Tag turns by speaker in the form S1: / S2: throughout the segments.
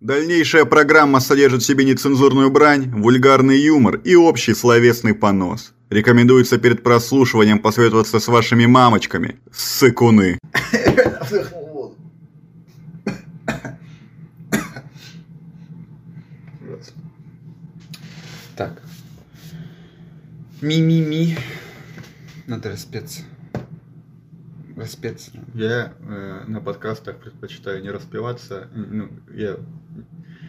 S1: Дальнейшая программа содержит в себе нецензурную брань, вульгарный юмор и общий словесный понос. Рекомендуется перед прослушиванием посоветоваться с вашими мамочками. Сыкуны.
S2: Вдохнул воду. Ужасно.
S3: Так. Ми-ми-ми. Ну, Надо распеться. Распеться. надо.
S2: Я э, на подкастах предпочитаю не распиваться. Ну, я...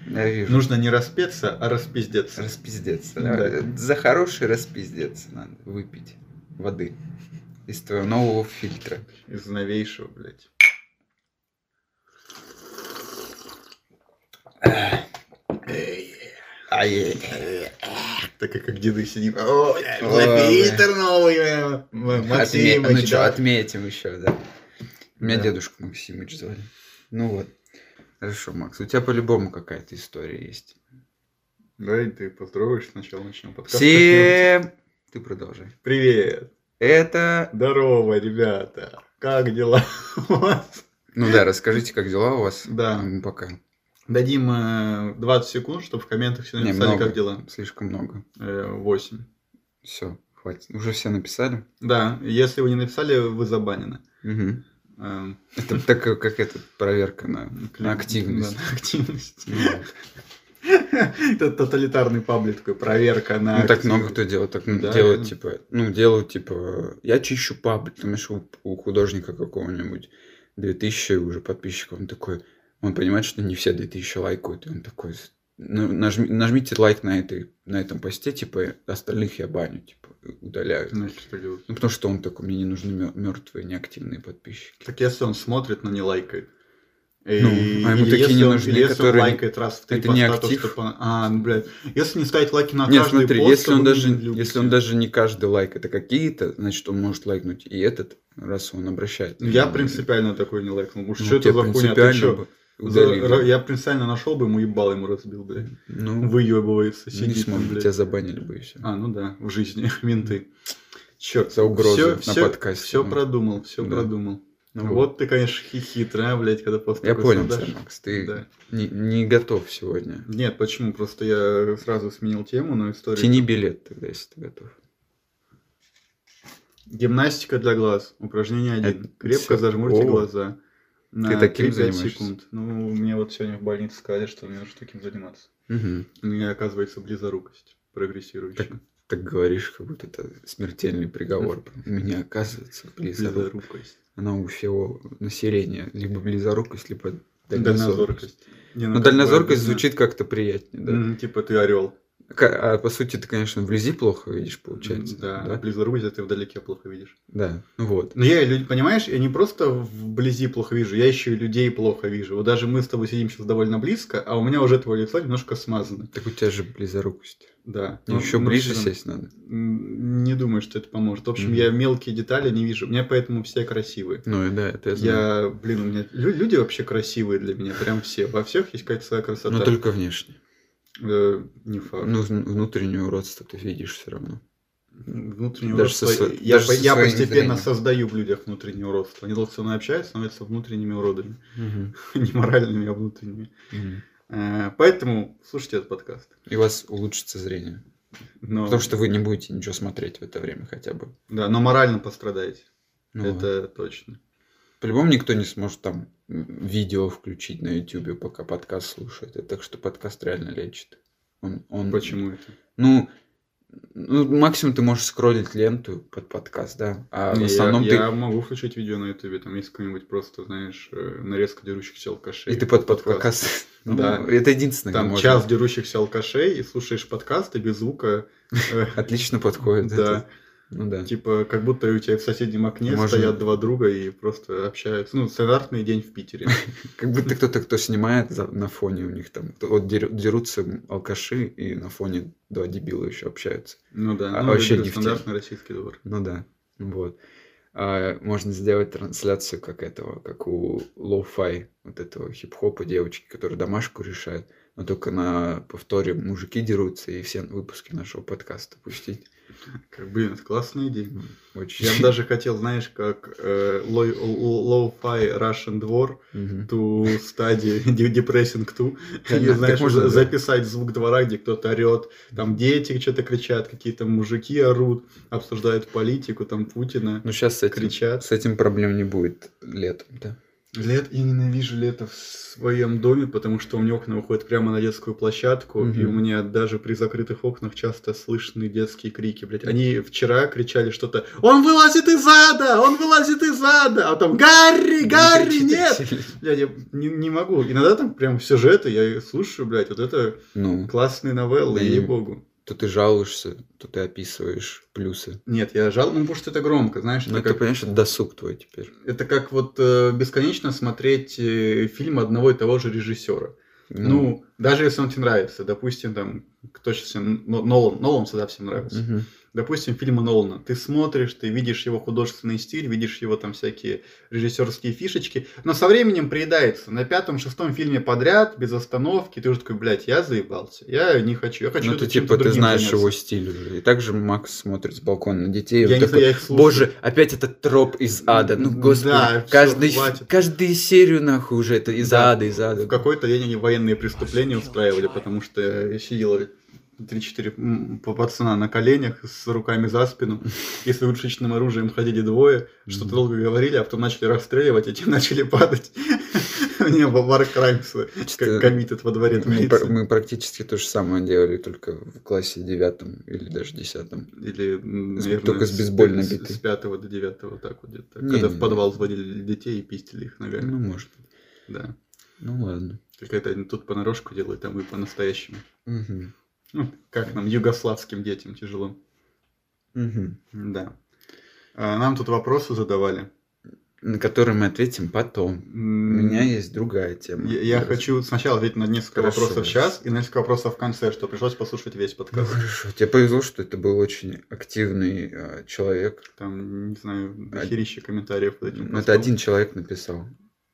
S3: Я вижу.
S2: Нужно не распеться, а распиздеться.
S3: Распиздеться.
S2: Да.
S3: да. За хороший распиздец надо выпить воды из твоего нового фильтра.
S2: Из новейшего, блядь.
S3: А,
S2: Так и как деды сидим. О, блядь,
S3: Ой,
S2: фильтр новый. э, М-
S3: Отме- Ну
S2: Максимыч,
S3: что,
S2: да.
S3: отметим еще, да. Меня
S2: Да.
S3: дедушку Максимыч звали. Ну вот. Хорошо, Макс, у тебя по-любому какая-то история есть.
S2: Давай ты поздороваешь сначала, начнем подкаст.
S3: Всем... Ты продолжай.
S2: Привет.
S3: Это...
S2: Здорово, ребята. Как дела у вас?
S3: Ну да, расскажите, как дела у вас.
S2: Да.
S3: М, Пока.
S2: Дадим э, 20 секунд, чтобы в комментах все
S3: Не,
S2: написали,
S3: много.
S2: как дела. Э,
S3: Слишком много.
S2: 8.
S3: Все, хватит. Уже все написали?
S2: Да, если вы не написали, вы забанены.
S3: Мгм.
S2: Эм,
S3: Это так, как как это, проверка на,
S2: клю-
S3: на активность.
S2: да, на активность.
S3: Ну,
S2: Это тоталитарный паблик такой, проверка на...
S3: Ну, так
S2: активность.
S3: много кто делает, так ну,
S2: Да,
S3: делают,
S2: реально.
S3: типа, ну, делают, типа, я чищу паблик, там еще у, у художника какого-нибудь 2000 уже подписчиков, он такой, он понимает, что не все 2000 лайкают, и он такой, «Ну, нажми- нажмите лайк на, этой, на этом посте, типа, остальных я баню, типа, удаляю. Ну,
S2: Значит, что делать?
S3: потому что он такой, мне не нужны мертвые, неактивные подписчики.
S2: Так если он смотрит, но не лайкает.
S3: Ну, а ему
S2: или
S3: такие
S2: если
S3: не
S2: он-
S3: нужны,
S2: или если
S3: которые-
S2: он лайкает раз в три
S3: Это не
S2: поста, то
S3: актив.
S2: чтоб он- А, ну, блядь. Если не ставить лайки на
S3: Нет,
S2: каждый
S3: смотри,
S2: пост,
S3: если
S2: то
S3: он
S2: вы
S3: даже,
S2: не любите.
S3: если он даже не каждый лайк, это какие-то, значит, он может лайкнуть и этот, раз он обращает.
S2: Ну, Я
S3: внимание.
S2: принципиально такой не лайкнул. Может,
S3: Ну,
S2: что это
S3: тебя
S2: за хуйня? Ты
S3: принципиально
S2: чё?
S3: бы
S2: За-
S3: удалили.
S2: ра- Я принципиально нашел бы ему ебало ему разбил, блядь.
S3: Ну,
S2: Выебывается,
S3: не
S2: сидит там,
S3: смог,
S2: блядь.
S3: тебя забанили бы и все.
S2: А, ну да, в жизни, менты. Черт,
S3: За угрозу
S2: все,
S3: на
S2: все,
S3: подкасте.
S2: Все
S3: Ну,
S2: продумал, все
S3: Да.
S2: продумал.
S3: ну вот.
S2: Вот ты, конечно, хи- хитрая, блядь, когда пост
S3: Я
S2: такой
S3: понял
S2: создашь.
S3: тебя, Макс, ты
S2: Да.
S3: не, не готов сегодня.
S2: Нет, почему? Просто я сразу сменил тему, но историю.
S3: Тяни билет тогда, если ты готов.
S2: Гимнастика для глаз. Упражнение 1.
S3: Э, Это
S2: Крепко
S3: всё.
S2: зажмурьте
S3: О.
S2: глаза. На
S3: Ты таким
S2: 3-5
S3: занимаешься?
S2: секунд. Ну, мне вот сегодня в больнице сказали, что мне нужно таким заниматься.
S3: Мгм.
S2: У меня, оказывается, близорукость прогрессирующая.
S3: Так говоришь, как будто это смертельный приговор. У меня, оказывается, близорук.
S2: Близорукость.
S3: Она у всего населения либо близорукость, либо дальнозоркость.
S2: Дальнозоркость. Не, ну,
S3: Но
S2: как бы,
S3: дальнозоркость
S2: да.
S3: звучит как-то приятнее, да.
S2: М, Типа ты орел.
S3: Ка- А по сути ты, конечно, вблизи плохо видишь, получается.
S2: Да,
S3: Да.
S2: близорукость, а ты вдалеке плохо видишь.
S3: Да. Ну Вот.
S2: Но я, и люд- понимаешь, я не просто вблизи плохо вижу, я еще и людей плохо вижу. Вот даже мы с тобой сидим сейчас довольно близко, а у меня уже твое лицо немножко смазано.
S3: Так у тебя же близорукость.
S2: Да.
S3: Ну,
S2: Ну,
S3: еще
S2: ну,
S3: ближе
S2: всё равно.
S3: сесть надо.
S2: М, Не думаю, что это поможет. В общем,
S3: Мгм.
S2: я мелкие детали не вижу. У меня поэтому все красивые.
S3: Ну и да, это я знаю.
S2: Я, блин, у меня лю- люди вообще красивые для меня, прям все. Во всех есть какая-то своя красота.
S3: Но Ну, только внешне.
S2: Э, не факт.
S3: Ну, вн- внутреннее уродство ты видишь все равно.
S2: Внутреннее
S3: Даже
S2: уродство.
S3: со сво-
S2: я
S3: даже
S2: по-
S3: со
S2: я
S3: своим
S2: постепенно
S3: зрением.
S2: создаю в людях внутреннее уродство. Они долго со мной общаются, становятся внутренними уродами. Не моральными, а внутренними.
S3: Мгм.
S2: Э, Поэтому слушайте этот подкаст.
S3: И у вас улучшится зрение.
S2: Но,
S3: Потому что вы не будете ничего смотреть в это время хотя бы.
S2: Да, но морально пострадаете.
S3: Ну,
S2: Это точно.
S3: По-любому никто не сможет там м, видео включить на ютубе, пока подкаст слушает. Это так что подкаст реально лечит. Он, он...
S2: Почему это?
S3: Ну, ну, максимум ты можешь скроллить ленту под подкаст, да. А
S2: Не, я-
S3: в основном
S2: я,
S3: ты...
S2: могу включить видео на ютубе, там есть какой-нибудь просто, знаешь, э, нарезка дерущихся алкашей.
S3: И ты под, под
S2: Подкаст.
S3: подкаст. Ну,
S2: Да.
S3: Это единственное,
S2: Там
S3: где можно.
S2: час дерущихся алкашей, и слушаешь подкасты без звука. э,
S3: Отлично подходит.
S2: Да.
S3: это. Ну да.
S2: Типа, как будто у тебя в соседнем окне
S3: Можно-
S2: стоят два друга и просто общаются. Ну, стандартный день в Питере.
S3: Как будто кто-то, кто снимает за- на фоне у них там. кто- Вот деру- дерутся алкаши, и на фоне два дебила еще общаются.
S2: Ну да,
S3: А
S2: ну,
S3: вообще
S2: это
S3: не в
S2: стандартный российский двор.
S3: Ну да. Вот. А, можно сделать трансляцию как этого, как у лоу-фай, вот этого хип-хопа девочки, которая домашку решает. но только на повторе мужики дерутся и все выпуски нашего подкаста пустить.
S2: Как, блин, это классная идея.
S3: Очень.
S2: Я бы даже хотел, знаешь, как э, ло- л- Lo-Fi Russian двор
S3: Мгм.
S2: ту стадии de- Depressing ту
S3: Да,
S2: и,
S3: так
S2: знаешь,
S3: можно, да.
S2: за- записать звук двора, где кто-то орет, там дети что-то кричат, какие-то мужики орут, обсуждают политику, там Путина,
S3: Ну сейчас с этим,
S2: кричат.
S3: с этим проблем не будет летом, да?
S2: Лет, я ненавижу лето в своем доме, потому что у меня окна выходят прямо на детскую площадку,
S3: Мгм.
S2: и у меня даже при закрытых окнах часто слышны детские крики, блядь. Они вчера кричали что-то «Он вылазит из ада! Он вылазит из ада!» А там «Гарри! Гарри! Нет!» Блядь, я не, не могу. Иногда там прям сюжеты я и слушаю, блядь, вот это
S3: Ну,
S2: классные новеллы,
S3: Да и-
S2: ей-богу.
S3: то ты жалуешься, то ты описываешь плюсы.
S2: Нет, я жал, ну потому что это громко, знаешь,
S3: Ну,
S2: это
S3: это,
S2: как
S3: понимаешь, это досуг твой теперь.
S2: Это как вот э, бесконечно смотреть э, фильм одного и того же режиссера. Ну, даже если он тебе нравится, допустим, там, кто сейчас всем, Но- Нолан, Нолан всегда всем нравится.
S3: мгм.
S2: Допустим, фильмы Нолана. Ты смотришь, ты видишь его художественный стиль, видишь его там всякие режиссерские фишечки, но со временем приедается. На пятом, шестом фильме подряд, без остановки, ты уже такой, блядь, я заебался, я не хочу, я хочу
S3: Ну, ты
S2: чем-то
S3: типа, ты
S2: другим
S3: знаешь
S2: заняться».
S3: его стиль уже. И также Макс смотрит с балкона на детей. и
S2: Я
S3: вот
S2: не
S3: такой,
S2: знаю, я их слушаю.
S3: Боже, опять этот троп из ада. Ну,
S2: М,
S3: господи,
S2: да, всё,
S3: каждый,
S2: хватит.
S3: каждую серию, нахуй, уже это из
S2: Да,
S3: ада, из ада.
S2: В какой-то день они военные преступления устраивали, потому что э, сидело 3-4 м, п- пацана на коленях с руками за спину, и с игрушечным оружием ходили двое, что-то долго говорили, а потом начали расстреливать, и те начали падать. У меня был War Crimes,
S3: Что-то
S2: как комитет во дворе
S3: мы, пр-
S2: творится.
S3: мы практически то же самое делали, только в классе девятом или даже десятом.
S2: Или, м,
S3: С-
S2: наверное,
S3: только с
S2: с-
S3: бейсбольной
S2: с-
S3: битой.
S2: С 5 до 9 так вот где-то.
S3: Не,
S2: Когда
S3: не,
S2: в
S3: не.
S2: подвал сводили детей и пистили их, наверное.
S3: Ну, может.
S2: Да.
S3: Ну, ладно.
S2: Какая-то они тут понарошку делают, там и по-настоящему.
S3: Мгм.
S2: Ну, как нам, югославским детям тяжело.
S3: Мгм.
S2: Да. А, Нам тут вопросы задавали.
S3: На который мы ответим потом. У меня есть другая тема.
S2: Я, я хочу сначала ответить на несколько
S3: Хорошо.
S2: вопросов сейчас и на несколько вопросов в конце, что пришлось послушать весь
S3: Ну,
S2: подкаст.
S3: хорошо. Тебе повезло, что это был очень активный э, человек.
S2: Там, не знаю, дохерища комментариев под этим
S3: Ну, это
S2: постом.
S3: один человек написал.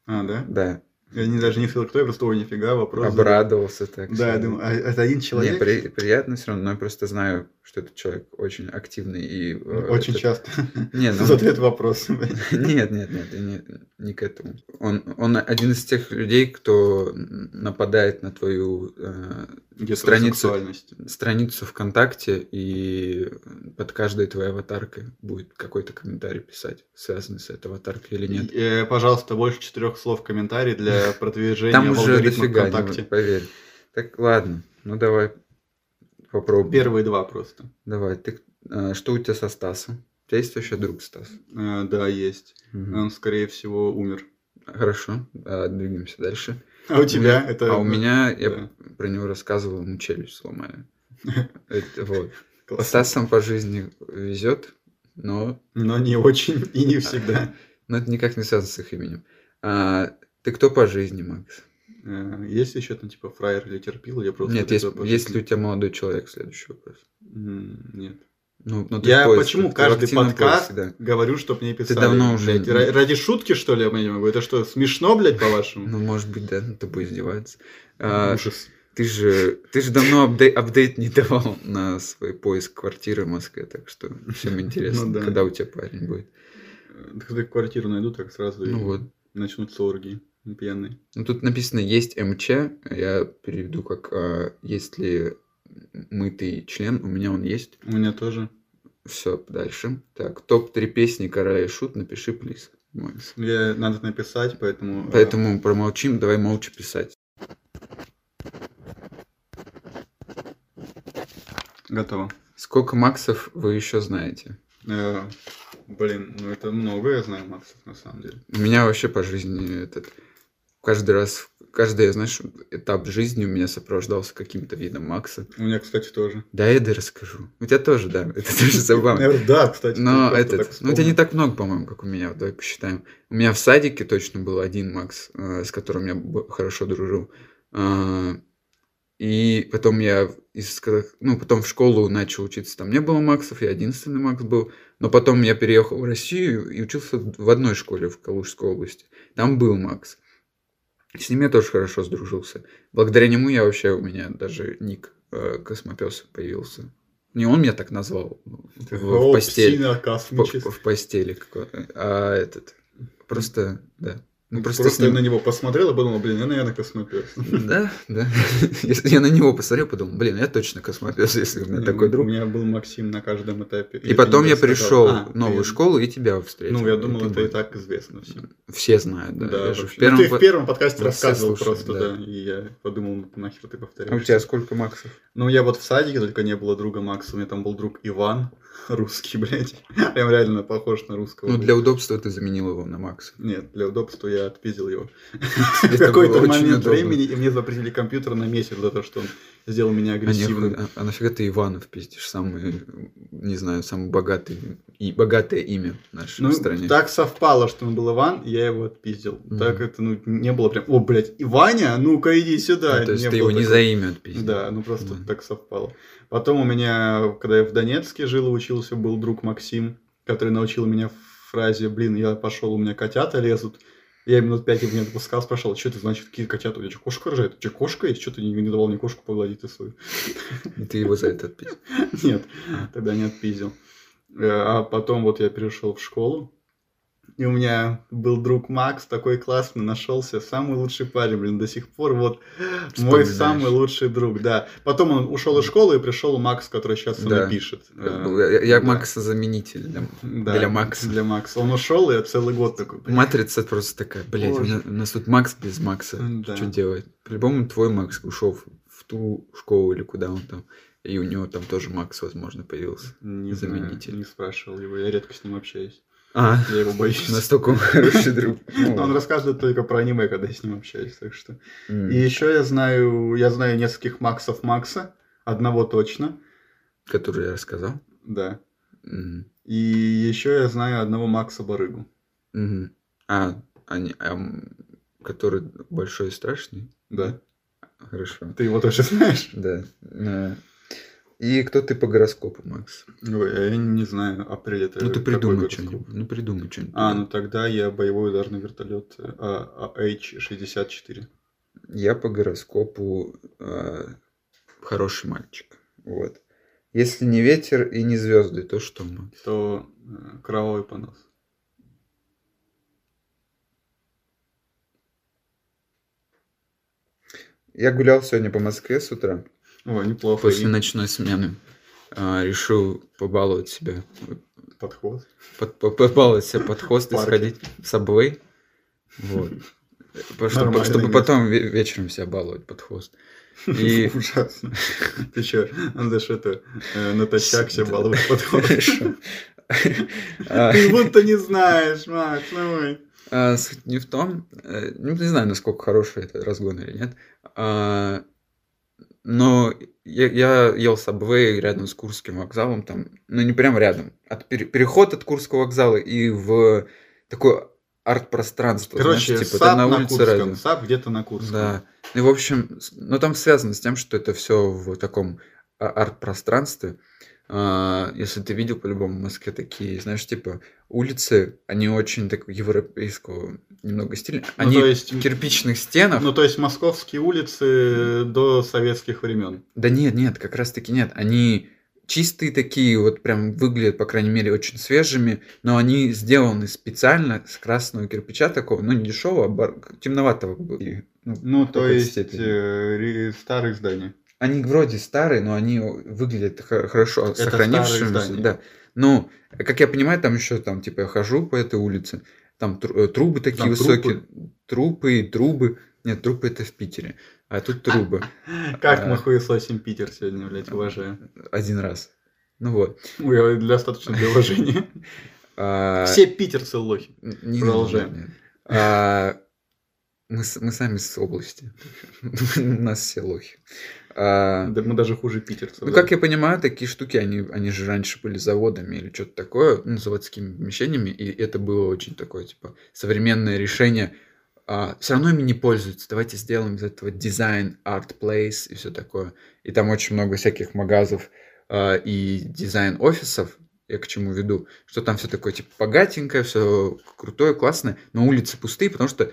S2: А, да?
S3: Да.
S2: Я не, даже не сказал, кто, я просто, ой, нифига, вопрос. задал».
S3: Обрадовался так.
S2: Да, я
S3: сильно.
S2: думаю, а, это один
S3: Мне
S2: человек? э,
S3: при- приятно все равно, но я просто знаю, что этот человек очень активный и... э,
S2: Ну, Очень
S3: это-
S2: часто
S3: Не, ну,
S2: задает вопросы.
S3: Нет, нет, нет, не, не к этому. Он, он один из тех людей, кто нападает на твою э,
S2: Гетеросексуальность.
S3: страницу ВКонтакте и под каждой твоей аватаркой будет какой-то комментарий писать, связанный с этой аватаркой или нет.
S2: Э, Пожалуйста, больше четырех слов комментарий для продвижения
S3: Там
S2: в
S3: уже
S2: алгоритмах
S3: дофига, не-
S2: ВКонтакте.
S3: поверь. Так, ладно, ну давай попробуем.
S2: Первые два просто.
S3: Давай, ты, э, что у тебя со Стасом? У тебя есть вообще друг Стас?
S2: Э, Да, есть.
S3: Мгм.
S2: Он, скорее всего, умер.
S3: Хорошо, а, двигаемся дальше.
S2: А у тебя
S3: меня-
S2: это...
S3: А у меня, я
S2: да.
S3: про него рассказывал, ему челюсть сломали. Это вот.
S2: Класс.
S3: Стасом по жизни везет, но,
S2: Но не очень и не всегда.
S3: но это никак не связано с их именем. А, ты кто по жизни, Макс?
S2: Э, Есть еще там типа фраер или терпил? Я просто...
S3: Нет,
S2: это
S3: есть,
S2: запомнил.
S3: есть ли у тебя молодой человек? Следующий вопрос.
S2: М, Нет.
S3: Ну, ну, ты
S2: Я
S3: в поисках,
S2: почему
S3: ты в
S2: каждый
S3: активном
S2: подкаст-
S3: поиске, да.
S2: Говорю, чтоб мне писали.
S3: давно уже-
S2: блядь, ра- Ради шутки, что ли, я не могу? Это что, смешно, блядь, по-вашему?
S3: Ну, может быть, да, ну, тобой издеваются. А,
S2: Ужас.
S3: ты же, ты же давно апдей- апдейт не давал на свой поиск квартиры в Москве, так что всем интересно,
S2: Ну да.
S3: когда у тебя парень будет.
S2: Э, Когда я квартиру найду, так сразу
S3: Ну
S2: и
S3: вот.
S2: начнутся оргии пьяные.
S3: Ну, тут написано «есть МЧ», я переведу как а, «есть ли мытый член», у меня он есть.
S2: У меня тоже.
S3: Все, дальше. Так, топ-3 песни «Короля и Шут», напиши, плиз. Макс.
S2: Я надо написать, поэтому... э,
S3: Поэтому промолчим, давай молча писать.
S2: Готово.
S3: Сколько Максов вы еще знаете?
S2: Э, Блин, ну это много, я знаю, Максов, на самом деле.
S3: У меня вообще по жизни этот... Каждый раз, каждый, знаешь, этап жизни у меня сопровождался каким-то видом Макса.
S2: У меня, кстати, тоже.
S3: Да, я это расскажу. У тебя тоже, да, это тоже забавно.
S2: Наверное, да, кстати. я
S3: Но
S2: просто
S3: этот,
S2: так
S3: ну, у тебя не
S2: вспомнил.
S3: так много, по-моему, как у меня. Вот Давай посчитаем. У меня в садике точно был один Макс, э, с которым я б- хорошо дружил. А, И потом я из, Казах- ну, потом в школу начал учиться. Там не было Максов, я единственный Макс был. Но потом я переехал в Россию и учился в одной школе в Калужской области. Там был Макс. С ним я тоже хорошо сдружился. Благодаря нему я вообще, у меня даже ник э, Космопес появился. Не он меня так назвал в, в
S2: О,
S3: постели.
S2: псина
S3: В, по-
S2: космическая.
S3: в постели какой-то. А этот. Просто, да. Ну,
S2: Просто,
S3: просто, с ним-
S2: я на него посмотрел и подумал, блин, я, наверное, космопес.
S3: Да, да. Если я на него посмотрел, подумал, блин, я точно космопес, если у меня
S2: Не,
S3: такой
S2: у-
S3: друг.
S2: У меня был Максим на каждом этапе.
S3: И потом
S2: ты
S3: я
S2: сказал,
S3: пришел
S2: «А,
S3: в новую
S2: ты-
S3: школу и тебя встретил.
S2: Ну, я думал,
S3: ты
S2: это и
S3: был.
S2: так известно всем.
S3: Все знают, да. Я же в
S2: вообще.
S3: первом
S2: Ну, ты
S3: по-
S2: в первом подкасте
S3: мы все
S2: рассказывал
S3: слушали,
S2: просто,
S3: да.
S2: да. И я подумал, «Ну, нахер ты повторяешь.
S3: А у тебя сколько максов?
S2: Ну, я вот в садике только не было друга Макса, у меня там был друг Иван, русский, блядь. Прям реально похож на русского.
S3: Ну,
S2: был.
S3: для удобства ты заменил его на макса.
S2: Нет, для удобства я отпиздил его.
S3: Это
S2: В какой-то
S3: было очень
S2: момент
S3: удобно.
S2: времени, и мне запретили компьютер на месяц за то, что он сделал меня
S3: А, не,
S2: агрессивным.
S3: а- а нафига ты Иванов пиздишь? Самый, не знаю, самый богатый и богатое имя в нашей
S2: Ну,
S3: стране.
S2: так совпало, что он был Иван, и я его отпиздил.
S3: Мгм.
S2: Так это, ну, не было прям, о, блядь, Иваня, ну-ка иди сюда.
S3: Ну, то есть
S2: Не
S3: ты
S2: было
S3: его не
S2: такого.
S3: за имя отпиздил.
S2: Да, ну просто
S3: Да.
S2: так совпало. Потом у меня, когда я в Донецке жил и учился, был друг Максим, который научил меня фразе «Блин, я пошел, у меня котята лезут». Я минут пять его не отпускал, спрашивал, что это значит, какие котята? У тебя что, кошка рожает? У тебя кошка есть? Что ты не, не давал мне кошку погладить ты свою?
S3: И ты его за это отпиздил.
S2: Нет, тогда не отпиздил. Э, А потом вот я перешел в школу, и у меня был друг Макс, такой классный, нашелся, самый лучший парень, блин, до сих пор, вот, мой
S3: Вспоминаешь.
S2: самый лучший друг, да. Потом он ушел из школы, и пришел Макс, который сейчас со мной
S3: Да.
S2: пишет.
S3: Я,
S2: Э,
S3: я
S2: да.
S3: Макса заменитель. да.
S2: Да,
S3: для Макса.
S2: Для Макса. Он ушел, и я целый год такой, блин,
S3: Матрица просто такая, блядь, у
S2: Боже.
S3: на- у нас тут Макс без Макса.
S2: Да.
S3: Что делать? По-любому твой Макс ушел в- в ту школу или куда он там. И у него там тоже Макс, возможно, появился.
S2: не знаю,
S3: заменитель.
S2: не спрашивал его, я редко с ним общаюсь,
S3: А,
S2: я его боюсь.
S3: настолько он хороший друг. Ну,
S2: Он рассказывает только про аниме, когда я с ним общаюсь, так что...
S3: м.
S2: И еще я знаю, я знаю нескольких Максов Макса, одного точно,
S3: Который я рассказал.
S2: да.
S3: М.
S2: И еще я знаю одного Макса Барыгу.
S3: Мгм. А, они, а, м, который большой и страшный?
S2: Да.
S3: Хорошо.
S2: Ты его тоже знаешь?
S3: Да. Э, И кто ты по гороскопу, Макс?
S2: Ой, а я не знаю, апрель это...
S3: Ну ты
S2: какой
S3: придумай
S2: гороскоп?
S3: что-нибудь. Ну придумай что-нибудь.
S2: А, ну тогда я боевой ударный а, вертолет H-64.
S3: Я по гороскопу э, хороший мальчик. Вот. Если не ветер и не звезды, то что, Макс?
S2: То э, кровавый понос.
S3: Я гулял сегодня по Москве с утра.
S2: Ой, неплохо.
S3: После
S2: И
S3: ночной смены э, решил побаловать себя.
S2: Подход.
S3: Под- по- побаловать себя под хвост и
S2: парке.
S3: сходить в сабвей. Вот. По- Чтобы,
S2: Нормальное
S3: чтобы
S2: место.
S3: потом ве- вечером себя баловать под хвост. И
S2: Ужасно. Ты че, Андеш, это, э, натощак себя
S3: Да.
S2: балуешь подход.
S3: Хорошо. А,
S2: Ты будто не знаешь, Макс, ну ой.
S3: а, Суть не в том, э, ну, не знаю, насколько хороший это разгон или нет, а, но я, я ел сабвей рядом с Курским вокзалом, там, ну не прям рядом, от пере- переход от Курского вокзала и в такое арт-пространство,
S2: Короче,
S3: знаешь, типа
S2: САП
S3: там
S2: на,
S3: на улице
S2: Курском,
S3: радио.
S2: САП где-то на Курском.
S3: Да. И, в общем, с- ну там связано с тем, что это все в таком а- арт-пространстве. А, Если ты видел, по-любому, в Москве такие, знаешь, типа, улицы, они очень так европейского немного стиля.
S2: Ну,
S3: Они
S2: то есть-
S3: в кирпичных стенах.
S2: Ну, то есть московские улицы до советских времен.
S3: Да нет, нет, как раз-таки нет. Они чистые такие, вот прям выглядят, по крайней мере, очень свежими, но они сделаны специально с красного кирпича такого, ну не дешевого, а бар- темноватого. как бы. И, ну,
S2: Ну, то
S3: какой-то
S2: есть
S3: степени.
S2: э, ре- старые здания.
S3: Они вроде старые, но они выглядят хо- хорошо
S2: Это старые
S3: сохранившимися.
S2: здания.
S3: Да. Ну, как я понимаю, там еще там, типа, я хожу по этой улице, там тру- э, трубы такие
S2: Там трупы.
S3: высокие. Трупы и трубы. Нет, трупы это в Питере. А тут трубы.
S2: Как
S3: А.
S2: мы хуесосим Питер сегодня, блядь, уважаем.
S3: Один раз. Ну вот.
S2: Ой, ой, Достаточно для уважения.
S3: А,
S2: Все питерцы лохи.
S3: н- не
S2: продолжаем.
S3: надо, нет. А, Мы, с- мы сами с области. У нас все лохи. А,
S2: Да мы даже хуже питерцев.
S3: Ну,
S2: да.
S3: как я понимаю, такие штуки, они, они же раньше были заводами или что-то такое, ну, заводскими помещениями, и это было очень такое, типа, современное решение. все равно ими не пользуются, давайте сделаем из этого дизайн, арт-плейс и все такое. И там очень много всяких магазов а, и дизайн офисов, я к чему веду, что там все такое, типа, богатенькое, все крутое, классное, но улицы пустые, потому что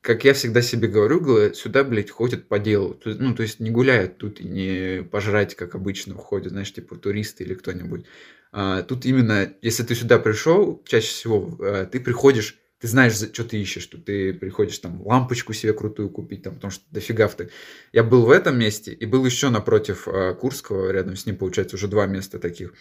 S3: как я всегда себе говорю, говорю, сюда, блядь, ходят по делу. Тут, Ну, то есть не гуляют тут и не пожрать, как обычно ходят, знаешь, типа туристы или кто-нибудь. А, тут именно, если ты сюда пришел, чаще всего а, ты приходишь, ты знаешь, за- что ты ищешь, что ты приходишь там лампочку себе крутую купить, там, потому что дофига в ты. Я был в этом месте и был еще напротив а, Курского, рядом с ним, получается, уже два места таких.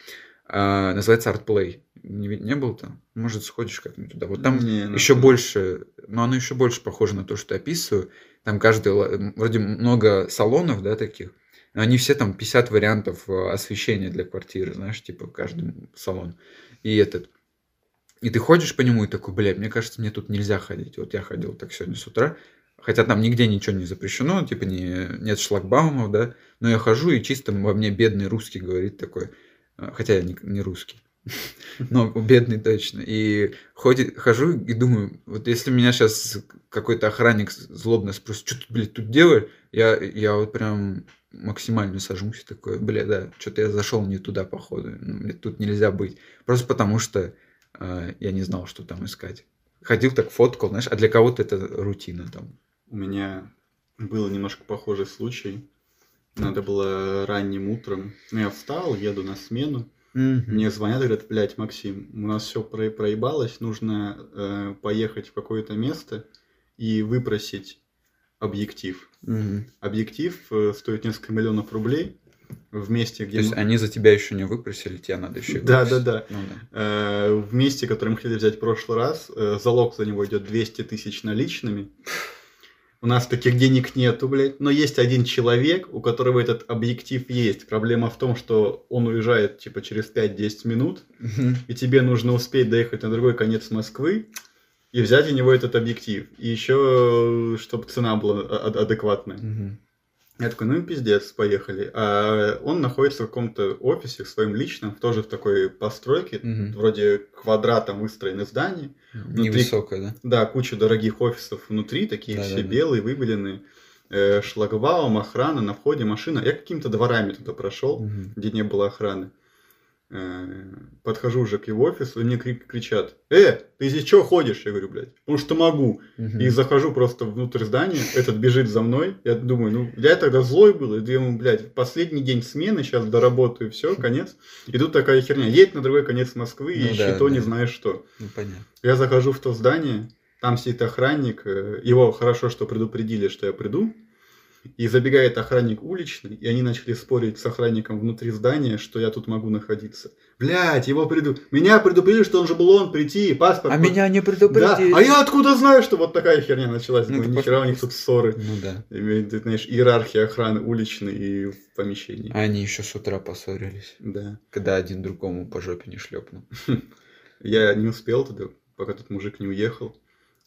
S3: А, называется Artplay. Не, не был там? Может, сходишь как-нибудь туда? Вот там
S2: Не, ну,
S3: еще
S2: это-
S3: больше, но оно еще больше похоже на то, что я описываю. Там каждый, ла- м, вроде много салонов, да, таких. Но они все там 50 вариантов э, освещения для квартиры, знаешь, типа каждый салон. И этот. И ты ходишь по нему и такой, бля, мне кажется, мне тут нельзя ходить. Вот я ходил так сегодня с утра, хотя там нигде ничего не запрещено, типа не, нет шлагбаумов, да, но я хожу, и чисто во мне бедный русский говорит такой, а, хотя я не, не русский, но бедный точно. И ходит, хожу и думаю, вот если меня сейчас какой-то охранник с- злобно спросит, что ты, блядь, тут делаешь, я, я вот прям максимально сажусь и такой, бля, да, что-то я зашел не туда, походу, ну, мне тут нельзя быть. Просто потому что а, я не знал, что там искать. Ходил так, фоткал, знаешь, а для кого-то это рутина там.
S2: У меня был немножко похожий случай. Надо было ранним утром. Ну, я встал, еду на смену. Мне звонят и говорят, блядь, Максим, у нас все проебалось, нужно э, поехать в какое-то место и выпросить объектив.
S3: Мгм.
S2: Объектив э, стоит несколько миллионов рублей в месте,
S3: То
S2: где...
S3: есть
S2: мы-
S3: они за тебя еще не выпросили, тебе надо еще и
S2: Да, да,
S3: выпросить.
S2: да.
S3: Ну да.
S2: Э, в месте, которое мы хотели взять в прошлый раз, э, залог за него идет 200 тысяч наличными. У нас таких денег нету, блядь. Но есть один человек, у которого этот объектив есть. Проблема в том, что он уезжает, типа, через 5-10 минут,
S3: Мгм.
S2: и тебе нужно успеть доехать на другой конец Москвы и взять у него этот объектив. И еще, чтобы цена была а- а- адекватная.
S3: Мгм.
S2: Я такой, ну и пиздец, поехали. А он находится в каком-то офисе, в своем личном, тоже в такой постройке,
S3: Мгм.
S2: вроде квадратом выстроены здания. Внутри-
S3: Невысокая, да?
S2: Да, куча дорогих офисов внутри, такие
S3: Да,
S2: все
S3: да, да.
S2: белые, выбеленные. Э, шлагбаум, охрана, на входе машина. Я какими-то дворами туда прошел,
S3: Мгм.
S2: где не было охраны. Э, подхожу уже к его офису, и мне кри- кричат, «Э, ты здесь чего ходишь?» Я говорю, блядь, «Потому что могу».
S3: Мгм.
S2: И захожу просто внутрь здания, этот бежит за мной, я думаю, ну, я тогда злой был, и думаю, блядь, последний день смены, сейчас доработаю, все, конец. И тут такая херня, едь на другой конец Москвы и
S3: Ну
S2: ищи
S3: да,
S2: то,
S3: да.
S2: не знаешь что.
S3: Ну понятно.
S2: Я захожу в то здание, там сидит охранник, э, его хорошо, что предупредили, что я приду, и забегает охранник уличный, и они начали спорить с охранником внутри здания, что я тут могу находиться. Блядь, его приду. Меня предупредили, что он же был он прийти, паспорт.
S3: А
S2: под-
S3: меня не
S2: да,
S3: предупредили.
S2: а я откуда знаю, что вот такая херня началась?
S3: Ну,
S2: Думаю,
S3: это
S2: нихера у них тут ссоры.
S3: Ну да.
S2: Имеет, ты знаешь, иерархия охраны уличной и в помещении.
S3: А Они еще с утра поссорились,
S2: Да.
S3: когда один другому по жопе не шлепнул.
S2: Я не успел туда, пока тот мужик не уехал.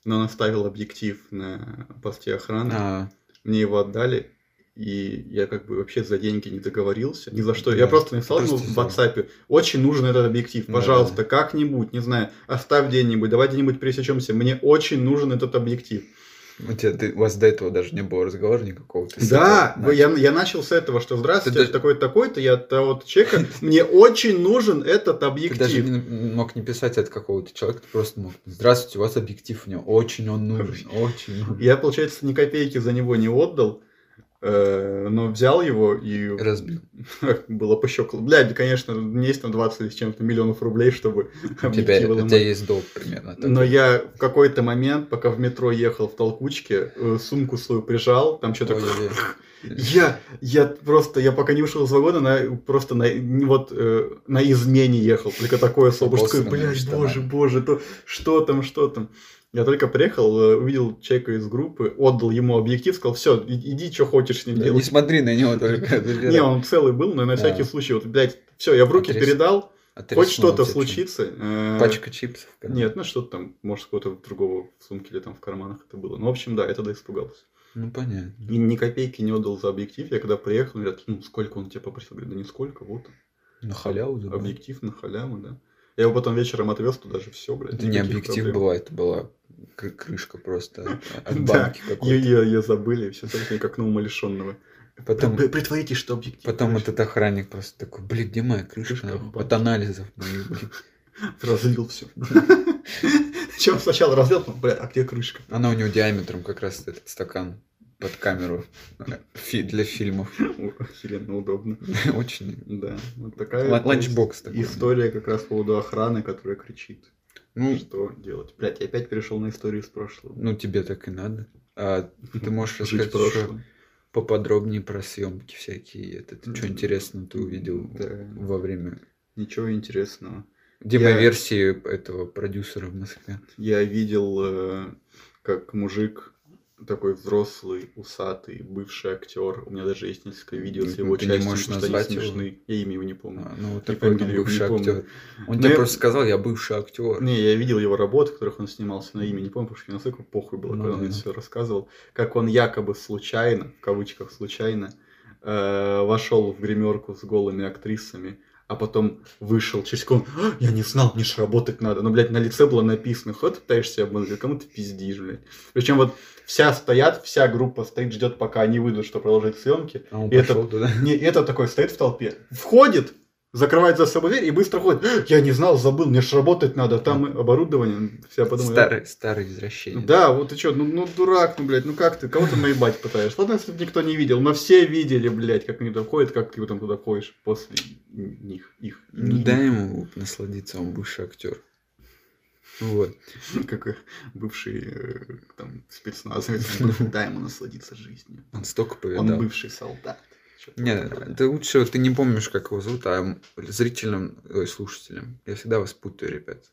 S2: Но он оставил объектив на посте охраны.
S3: А,
S2: Мне его отдали. И я как бы вообще за деньги не договорился. Ни за что.
S3: Да.
S2: Я просто написал ему
S3: Просто
S2: в
S3: за-
S2: WhatsApp. Очень нужен этот объектив.
S3: Да, да,
S2: Пожалуйста, как-нибудь, не знаю, оставь где-нибудь, давай где-нибудь пересечемся. Мне очень нужен этот объектив.
S3: у, тебя, ты- у вас до этого даже не было разговора никакого. ты с
S2: Да, ну,
S3: этого
S2: я, я начал с этого, что здравствуйте, я
S3: Ты даже-
S2: такой такой-то, я от того-то человека, мне очень нужен этот
S3: Ты даже не
S2: объектив.
S3: на- мог не писать от какого-то человека, ты просто мог. Здравствуйте, у вас объектив у него. Очень он нужен. Очень нужен.
S2: Я, получается, ни копейки за него не отдал, э, но взял его и
S3: Разбил.
S2: было по щеку. Блядь, конечно, мне есть там 20 или с чем-то миллионов рублей, чтобы
S3: У тебя,
S2: объективы
S3: у тебя
S2: ломать.
S3: есть долг примерно. такой.
S2: Но я в какой-то момент, пока в метро ехал в толкучке, э, сумку свою прижал, там что-то...
S3: Ой-ой-ой.
S2: Я, я просто, я пока не ушел из вагона, на, просто на, не вот э, на измене ехал, только такое слово, что такое,
S3: Обоссанными
S2: блядь,
S3: штанами».
S2: боже, боже, то, что там, что там. Я только приехал, э, увидел человека из группы, отдал ему объектив, сказал, все, иди, что хочешь с ним
S3: Не
S2: делать.
S3: смотри на него только.
S2: Не, он целый был, но на
S3: Да.
S2: всякий случай, вот, блядь, все, я в руки
S3: Отрез-
S2: передал,
S3: Отряснуло
S2: хоть что-то
S3: тебя
S2: случится. э,
S3: чем-то. Пачка чипсов. как бы.
S2: Нет, ну что-то там, может, кого-то другого в сумке или там в карманах это было. Ну, в общем, да, я тогда испугался.
S3: Ну понятно.
S2: И ни копейки не отдал за объектив. Я когда приехал, говорят, ну сколько он тебя попросил? Говорю, да нисколько, вот он.
S3: На халяву забрал.
S2: Объектив на халяву, да. Я его потом вечером отвез туда же, все, блядь.
S3: Это не
S2: никаких
S3: объектив
S2: проблем.
S3: была, это была к- крышка просто от- от
S2: Да.
S3: банки
S2: Ее,
S3: а какой-то.
S2: ее, ее забыли, все совсем как на умалишенного.
S3: Потом,
S2: Притворитесь, что объектив.
S3: потом
S2: короче.
S3: этот охранник просто такой, блин, где моя крышка?
S2: Крышка в
S3: нахуй? От
S2: банке».
S3: анализов моих, блин».
S2: Разлил все. Чем сначала раздел, потом, бля, а где крышка?
S3: Она у него диаметром как раз этот стакан под камеру э, Фи- для фильмов.
S2: О, Охеренно удобно.
S3: Очень.
S2: Да, вот такая
S3: Ла-
S2: вот
S3: Ланчбокс такой.
S2: история как раз по поводу охраны, которая кричит.
S3: Ну,
S2: Что делать? Блять, я опять перешел на историю из прошлого.
S3: ну, тебе так и надо. А ты можешь
S2: Жить
S3: рассказать
S2: в
S3: еще
S2: прошлом.
S3: поподробнее про съемки всякие. Это ты что
S2: М,
S3: интересного ты увидел
S2: да.
S3: во время
S2: Ничего интересного.
S3: демоверсии этого продюсера в Москве?
S2: Я видел, э, как мужик такой взрослый, усатый, бывший актер. У меня даже есть несколько видео с
S3: Ну,
S2: его
S3: ты не
S2: частью,
S3: можешь
S2: потому что они
S3: назвать его?
S2: смешны. Я имя его не помню.
S3: А, ну, вот
S2: Не
S3: такой там
S2: фамилию, не
S3: бывший
S2: помню.
S3: актер. Он
S2: Но
S3: тебе
S2: я-
S3: просто сказал, Ну, я бывший актер.
S2: Не, я видел его работы, в которых он снимался, но имя не помню, потому что мне настолько похуй было,
S3: Ну
S2: когда он мне
S3: да.
S2: все рассказывал, как он якобы случайно, в кавычках случайно, э, вошел в гримерку с голыми актрисами, а потом вышел через секунду, «А, я не знал, мне ж работать надо. Но, блядь, на лице было написано, ход ты пытаешься себя обмануть, кому ты пиздишь, блядь. Причем вот вся стоят, вся группа стоит, ждет, пока они выйдут, чтобы продолжить съемки,
S3: А он
S2: И это-
S3: пошел туда.
S2: не, этот такой стоит в толпе, входит, закрывает за собой дверь и быстро ходит. «Э, Я не знал, забыл, мне ж работать надо, там и оборудование. Все подумали.
S3: Старый, старый извращение.
S2: Да, вот ты чё, ну, ну дурак, ну, блядь, ну как ты, кого ты наебать пытаешь? Ладно, если бы никто не видел, но все видели, блядь, как они туда входят, как ты там туда входишь после них, их.
S3: Ну
S2: их.
S3: дай ему насладиться, он бывший актер. Вот.
S2: Как э, бывший э, там спецназовец, дай ему насладиться жизнью.
S3: Он столько повидал.
S2: Он бывший солдат. Чё-то
S3: Не,
S2: такое.
S3: ты лучше ты не помнишь, как его зовут, а м- зрителям, ой, слушателям. Я всегда вас путаю, ребят.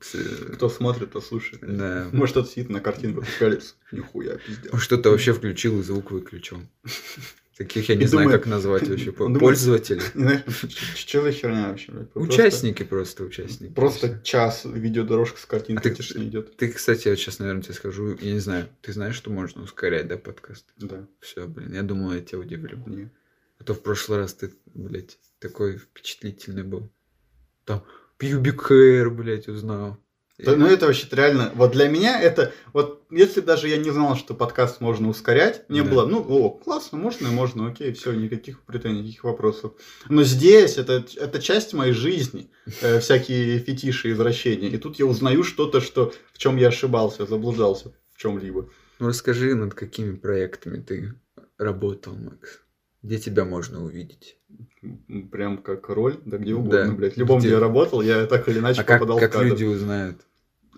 S3: С, э,
S2: Кто смотрит, то слушает.
S3: Да.
S2: Может, тот сидит на картинках и колец. Нихуя, пиздец.
S3: Он что-то вообще включил и звук выключил. Таких я
S2: И
S3: не знаю,
S2: думает-
S3: как назвать вообще. По-
S2: думает-
S3: Пользователи.
S2: Не знаешь, что за херня вообще? блядь? Просто-
S3: Участники просто, участники.
S2: Просто час видеодорожка с
S3: А
S2: картинкой типа,
S3: ты-
S2: тишины идет.
S3: Ты, кстати, я сейчас, наверное, тебе скажу, я не знаю, ты знаешь, что можно ускорять, да, подкаст?
S2: Да,
S3: Все, блин, я думал, я тебя удивлю.
S2: не.
S3: А то в прошлый раз ты, блядь, такой впечатлительный был. Там пьюбик хэр, блядь, узнал.
S2: Да, ну это вообще реально, вот для меня это, вот если б даже я не знал, что подкаст можно ускорять, мне
S3: Да.
S2: было, ну, о, классно, можно, можно, окей, все, никаких претензий, никаких вопросов. Но здесь это, это часть моей жизни, э, всякие фетиши, извращения, и тут я узнаю что-то, что, в чем я ошибался, заблуждался в чем-либо.
S3: Ну расскажи, над какими проектами ты работал, Макс. Где тебя можно увидеть?
S2: М, Прям как роль, да где
S3: Да.
S2: угодно, блядь. В любом, где
S3: Где?
S2: я работал, я так или иначе
S3: а как,
S2: попадал в
S3: как
S2: кадр.
S3: люди узнают?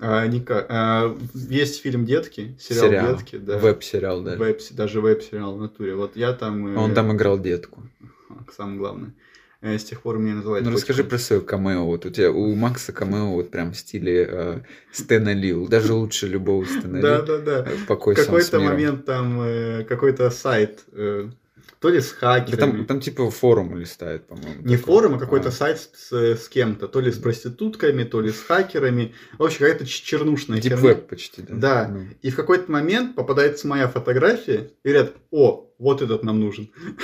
S2: А, никак. А, есть фильм «Детки», сериал,
S3: Сериал.
S2: «Детки», да.
S3: Веб-сериал даже.
S2: Веб- даже веб-сериал в натуре. Вот я там... э,
S3: А Он там играл детку.
S2: Самое главное. Э, С тех пор меня называют...
S3: Ну расскажи
S2: котиком.
S3: про свое камео. Вот у тебя у Макса камео вот прям в стиле э, Стэна Лил. Даже лучше любого Стэна Лил.
S2: Да-да-да.
S3: Э,
S2: В
S3: Покой сам с
S2: какой-то
S3: миром.
S2: момент там э, какой-то сайт, э, то ли с
S3: Да
S2: хакерами...
S3: там, там типа форум листает, по-моему.
S2: Не
S3: такой.
S2: форум, а какой-то
S3: А.
S2: сайт с, э, с кем-то. То ли с проститутками, то ли с хакерами. Вообще какая-то ч- чернушная херня.
S3: Дипвеб ну, типа почти, да.
S2: Да.
S3: Ну.
S2: И в какой-то момент попадается моя фотография, и говорят, о, вот этот нам нужен.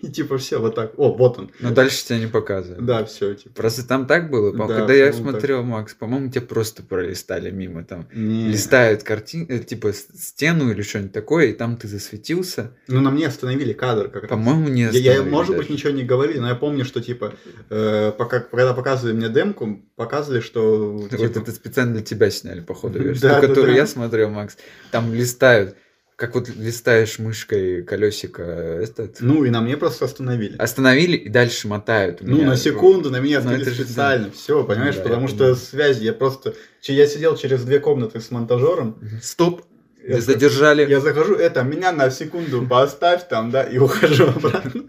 S2: И типа все, вот так, о, вот он.
S3: Но дальше тебя не показывают.
S2: Да, все, типа.
S3: Просто там так было,
S2: Да,
S3: по-
S2: ну,
S3: когда я
S2: по-моему,
S3: смотрел, Макс, по-моему, тебя просто пролистали мимо там.
S2: Не.
S3: Листают картин, э, типа с- стену или что-нибудь такое, и там ты засветился.
S2: Ну, на мне остановили кадр как раз.
S3: По-моему, не
S2: Я- Я,
S3: остановили
S2: может
S3: даже.
S2: быть, ничего не говорили, но я помню, что, типа, э, пока, когда показывали мне демку, показывали, что...
S3: Вот
S2: типа,
S3: Ну, это специально для тебя сняли, походу,
S2: Да,
S3: версию,
S2: да,
S3: которую
S2: да.
S3: я смотрел, Макс. Там листают, как вот листаешь мышкой колесико э, этот.
S2: Ну, и на мне просто остановили.
S3: Остановили и дальше мотают. у
S2: Ну,
S3: А меня.
S2: на секунду на меня
S3: Ну,
S2: остановили
S3: это же, да.
S2: специально, все, понимаешь,
S3: Да, я
S2: потому
S3: понимаю.
S2: что связи, я просто... че- Я сидел через две комнаты с монтажером,
S3: Стоп,
S2: я за-
S3: задержали.
S2: Я захожу, это, меня на секунду поставь там, да, и ухожу обратно.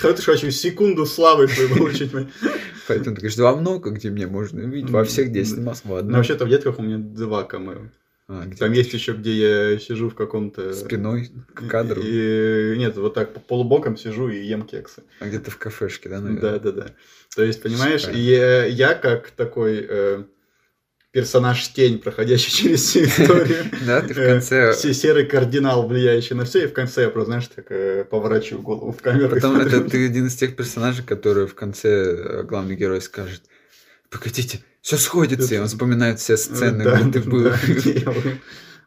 S2: Хорошо, что хочу секунду славы Ну, свою получить. блин.
S3: Поэтому ты говоришь, два много, где меня можно увидеть. Во всех, где я
S2: Да.
S3: снимался, в
S2: Ну,
S3: одном.
S2: вообще-то в детках у меня два камео.
S3: А, где
S2: Там есть еще, где я сижу в каком-то...
S3: спиной к
S2: и-
S3: кадру,
S2: и- Нет, вот так по полубоком сижу и ем кексы.
S3: а где-то в кафешке, Ну да,
S2: Да,
S3: наверное?
S2: да, да. То есть, понимаешь,
S3: Шикарно.
S2: и я, я как такой э, персонаж тень, проходящий через всю историю.
S3: Да, ты в
S2: Э,
S3: конце... А
S2: Все серый кардинал, влияющий на все, и в конце я просто, знаешь, так э, поворачиваю голову в камеру. и
S3: Потом
S2: смотрю.
S3: это ты один из тех персонажей, которые в конце э, главный герой скажет, погодите, все сходится, и он вспоминает все сцены,
S2: Да,
S3: где ты
S2: да,
S3: был
S2: да, где я был. Вот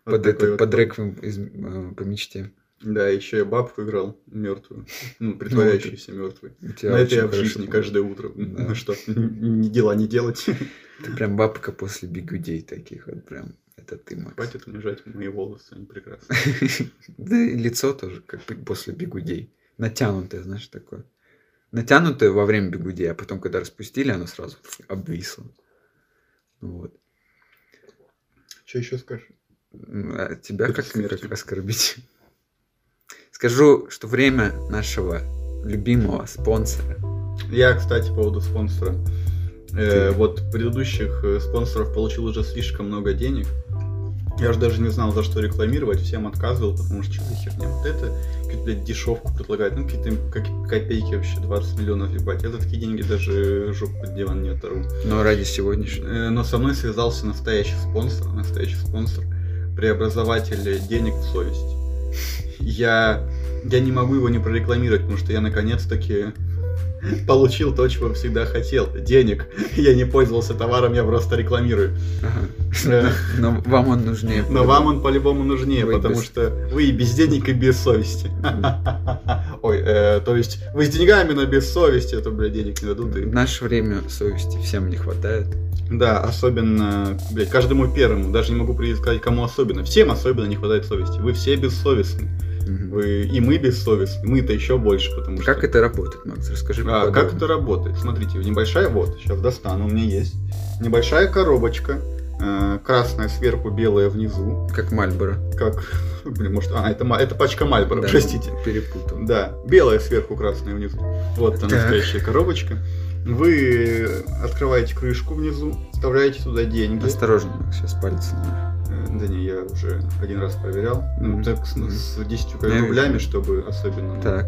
S3: под
S2: такой
S3: это,
S2: вот
S3: под
S2: был.
S3: реквием из, э, по мечте.
S2: Да, еще я бабку играл мертвую, ну, притворяющуюся мертвой.
S3: У тебя
S2: На это
S3: очень
S2: я в
S3: хорошо
S2: жизни
S3: помню.
S2: каждое утро.
S3: Да.
S2: Ну что, н- н- дела не делать.
S3: Ты прям бабка после бигудей таких вот прям. Это ты, Макс.
S2: Хватит унижать мои волосы, они прекрасны.
S3: Да и лицо тоже, как бы после бигудей. Натянутое, знаешь, такое. Натянутое во время бигудей, а потом, когда распустили, оно сразу обвисло. Вот.
S2: Что еще скажешь?
S3: М, а тебя
S2: Перед
S3: как,
S2: смертью.
S3: как оскорбить? Скажу, что время нашего любимого спонсора.
S2: Я, кстати, по поводу спонсора. Э, вот предыдущих э, спонсоров получил уже слишком много денег. Я же даже не знал, за что рекламировать, всем отказывал, потому что что за херня. Вот это какие-то блядь, дешевку предлагают, ну какие-то им ко- копейки вообще, 20 миллионов ебать. Я за такие деньги даже жопу под диван не оторву.
S3: Но ради сегодняшнего.
S2: Э, но со мной связался настоящий спонсор, настоящий спонсор, преобразователь денег в совесть. Я, я не могу его не прорекламировать, потому что я наконец-таки получил то, чего всегда хотел. Денег. Я не пользовался товаром, я просто рекламирую.
S3: Ага.
S2: Э,
S3: Но но вам он нужнее.
S2: Но вам он по-любому нужнее,
S3: Вы
S2: потому
S3: без-
S2: что вы и без денег, и без совести. Ой, э, то есть вы с деньгами, но без совести, это, бля, денег не дадут. и-
S3: В наше время совести всем не хватает.
S2: Да, особенно, блядь, каждому первому. Даже не могу сказать, кому особенно. Всем особенно не хватает совести. Вы все бессовестны.
S3: Мгм.
S2: Вы... И мы бессовестны. Мы-то еще больше, потому что...
S3: Как это работает, Макс? Расскажи
S2: А, как
S3: поподробнее.
S2: это работает? Смотрите, небольшая, вот, сейчас достану, у меня есть. Небольшая коробочка, э, красная сверху, белая внизу.
S3: Как Мальборо.
S2: Как, блин, может, а, это, ма- это пачка Мальборо,
S3: Да,
S2: простите.
S3: Перепутал.
S2: Да, белая сверху, красная внизу. Вот она,
S3: Так.
S2: настоящая коробочка. Вы открываете крышку внизу, вставляете туда деньги.
S3: Осторожно, Макс, сейчас пальцы. на-
S2: Э, Да не, я уже один раз проверял. Ну,
S3: Мгм.
S2: так с,
S3: Мгм.
S2: с 10 как,
S3: Я вижу.
S2: рублями, чтобы особенно ну,
S3: Так.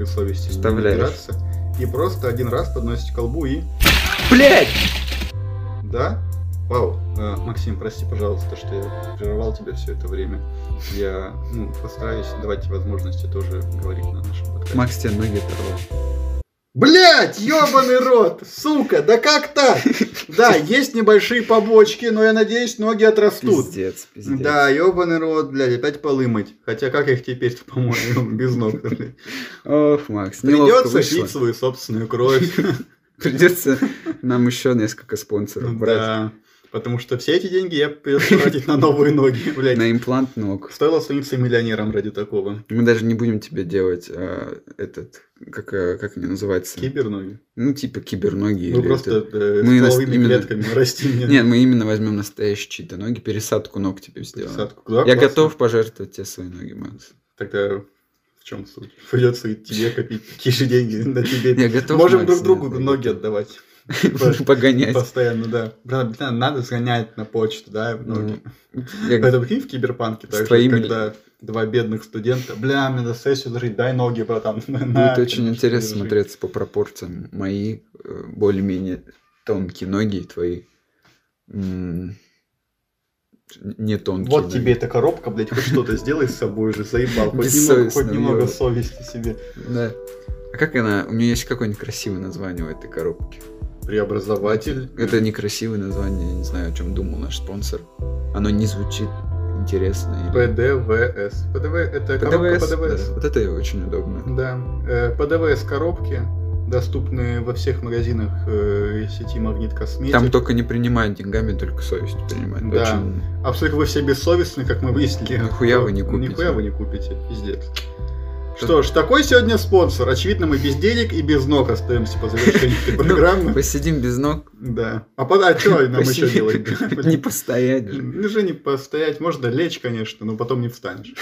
S2: и совести не
S3: Вставляешь.
S2: набираться. И просто один раз подносите колбу и...
S3: Блять!
S2: Да? Вау. Э, Максим, прости, пожалуйста, что я прерывал тебя все это время. Я ну, постараюсь давать тебе возможности тоже говорить на нашем подкасте.
S3: Макс тебе ноги оторвал.
S2: Блять, ебаный рот, сука, да как так? Да, есть небольшие побочки, но я надеюсь, ноги отрастут.
S3: Пиздец, пиздец.
S2: Да, ебаный рот, блядь, опять полы мыть. Хотя как я их теперь помою без ног? блядь?
S3: Ох, Макс,
S2: Придется
S3: неловко Ну, вышло.
S2: пить свою собственную кровь.
S3: Придется нам еще несколько
S2: Ну
S3: спонсоров брать.
S2: Да. Потому что все эти деньги я придется тратить на новые ноги, блядь.
S3: На имплант ног.
S2: Стоило становиться миллионером ради такого.
S3: Мы даже не будем тебе делать а, этот, как, э, как они называются?
S2: Киберноги.
S3: Ну, типа киберноги.
S2: Ну
S3: или
S2: просто
S3: этот.
S2: э,
S3: Мы
S2: с
S3: нас-
S2: половыми
S3: именно-
S2: клетками расти мне.
S3: Нет, мы именно возьмем настоящие чьи-то ноги, пересадку ног тебе сделаем.
S2: Пересадку. Да,
S3: Я
S2: классно.
S3: готов пожертвовать тебе свои ноги, Макс.
S2: Тогда в чем суть? Придется и тебе копить такие же деньги на тебе.
S3: Я готов,
S2: Можем
S3: Макс,
S2: друг другу
S3: да, я
S2: ноги
S3: готов.
S2: отдавать.
S3: Погонять.
S2: Постоянно, да. Блин, Надо сгонять на почту, да,
S3: Ну,
S2: ноги.
S3: Я-
S2: Это прикинь в киберпанке, так же,
S3: твоими
S2: когда два бедных студента, бля, мне на сессию зажить, дай ноги, братан.
S3: Будет очень интересно
S2: смотреть.
S3: смотреться по пропорциям. Мои э, более-менее тонкие ноги и твои м, не тонкие.
S2: Вот
S3: ноги.
S2: тебе эта коробка, блядь, хоть что-то сделай с собой же, заебал. Хоть немного, хоть
S3: Бессовестно,
S2: немного
S3: ёбать.
S2: совести себе.
S3: Да. А как она? У нее есть какое-нибудь красивое название у этой коробки.
S2: Преобразователь.
S3: Это некрасивое название, я не знаю, о чем думал наш спонсор. Оно не звучит интересно. или-
S2: ПДВС. ПДВ это коробка
S3: ПДВС,
S2: ПДВС.
S3: да. Вот это очень удобно.
S2: Да. Э, ПДВС коробки доступны во всех магазинах э, сети Магнит Косметик.
S3: Там только не принимают деньгами, только совесть принимают.
S2: Да.
S3: Очень-
S2: А поскольку вы все бессовестны, как мы выяснили.
S3: Нихуя
S2: то
S3: вы не купите.
S2: Нихуя вы не купите, пиздец. Что ж, такой сегодня спонсор. Очевидно, мы без денег и без ног остаемся по завершению этой
S3: Ну,
S2: программы.
S3: Посидим без ног.
S2: Да. А под... а что нам еще
S3: посидим.
S2: делать?
S3: Не постоять же.
S2: Ну же не постоять, можно лечь, конечно, но потом не встанешь.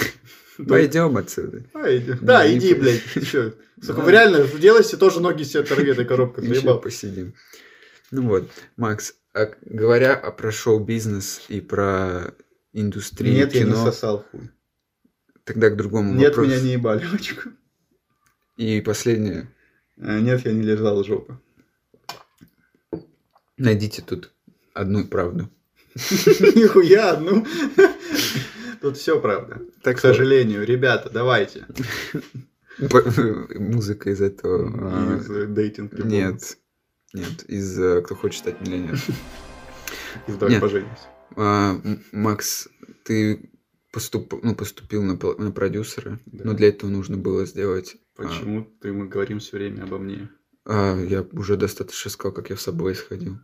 S3: Пойдем отсюда.
S2: А, иди. Да,
S3: Не
S2: иди,
S3: пой-
S2: блядь, чё. Сука,
S3: Да.
S2: вы реально, делай себе тоже ноги себе оторви, эта коробка,
S3: Еще
S2: заебал.
S3: посидим. Ну вот, Макс, а к- говоря о- про шоу-бизнес и про индустрию
S2: Нет, я не
S3: кино,
S2: сосал хуй.
S3: тогда к другому
S2: Нет,
S3: вопросу.
S2: меня не ебали, мальчик.
S3: И последнее.
S2: Э, Нет, я не лежал жопа.
S3: Найдите тут одну правду.
S2: Нихуя, ну. Тут все правда.
S3: Так
S2: К сожалению, ребята, давайте.
S3: П- Музыка из этого... а,
S2: Из э, дейтинг любого.
S3: Нет. Нет, из э, «Кто хочет стать миллионером».
S2: Из давай
S3: Нет.
S2: поженимся.
S3: А, М- Макс, ты поступ, ну, поступил на, пл- на продюсера,
S2: Да.
S3: но для этого нужно было сделать... а,
S2: Почему ты мы говорим все время обо мне?
S3: а, я уже достаточно сказал, как я в собой сходил.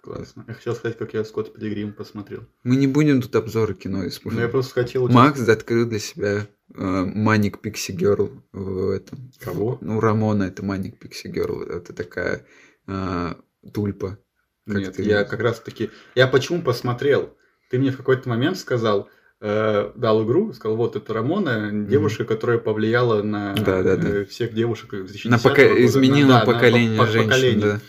S2: Классно. Я хотел сказать, как я Скотт Пилигрим посмотрел.
S3: Мы не будем тут обзоры
S2: Но
S3: кино
S2: Ну, я
S3: использовать.
S2: просто хотел... у тебя-
S3: Макс открыл для себя а, Маник Пикси Герл в этом.
S2: Кого?
S3: Ну, Рамона это Маник Пикси Герл. Это такая а, тульпа. Как
S2: Нет,
S3: ты
S2: я
S3: видишь?
S2: как раз таки... Я почему посмотрел? Ты мне в какой-то момент сказал, э, дал игру, сказал, вот это Рамона, девушка, которая повлияла на
S3: Да-да-да.
S2: э, всех девушек из 2010
S3: На пока...
S2: года.
S3: Изменила
S2: На- да, на
S3: поколение
S2: по-
S3: женщин.
S2: поколение.
S3: да.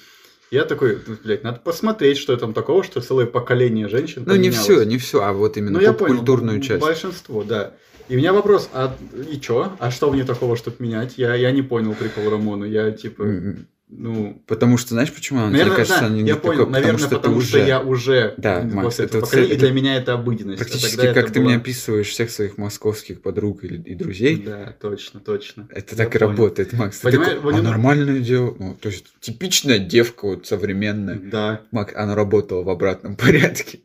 S2: Я такой, «Ну, блядь, надо посмотреть, что там такого, что целое поколение женщин
S3: Ну, не
S2: поменялось».
S3: все, не все, а вот
S2: Ну,
S3: именно
S2: я понял,
S3: культурную часть.
S2: Большинство, да. И у меня вопрос, а и чё? А что мне такого, чтобы менять? Я, я не понял прикол Рамона. Я типа,
S3: М,
S2: ну,
S3: Потому что, знаешь, почему? она,
S2: Наверное,
S3: Мне кажется,
S2: да,
S3: она не
S2: я
S3: такой,
S2: понял, наверное,
S3: потому что, ты уже...
S2: я уже
S3: Да,
S2: после
S3: Макс,
S2: этого
S3: это вот
S2: поколения,
S3: это-
S2: для меня это обыденность. а
S3: Практически
S2: тогда это
S3: как ты
S2: было-
S3: мне описываешь всех своих московских подруг или- и друзей,
S2: Да, точно, точно.
S3: это
S2: Я
S3: так и
S2: понял.
S3: работает, Макс. Ты
S2: Понимаешь,
S3: такой, а
S2: понимаешь-
S3: нормальное дело, ну, то есть типичная девка вот современная.
S2: Да,
S3: Макс, она работала в обратном порядке.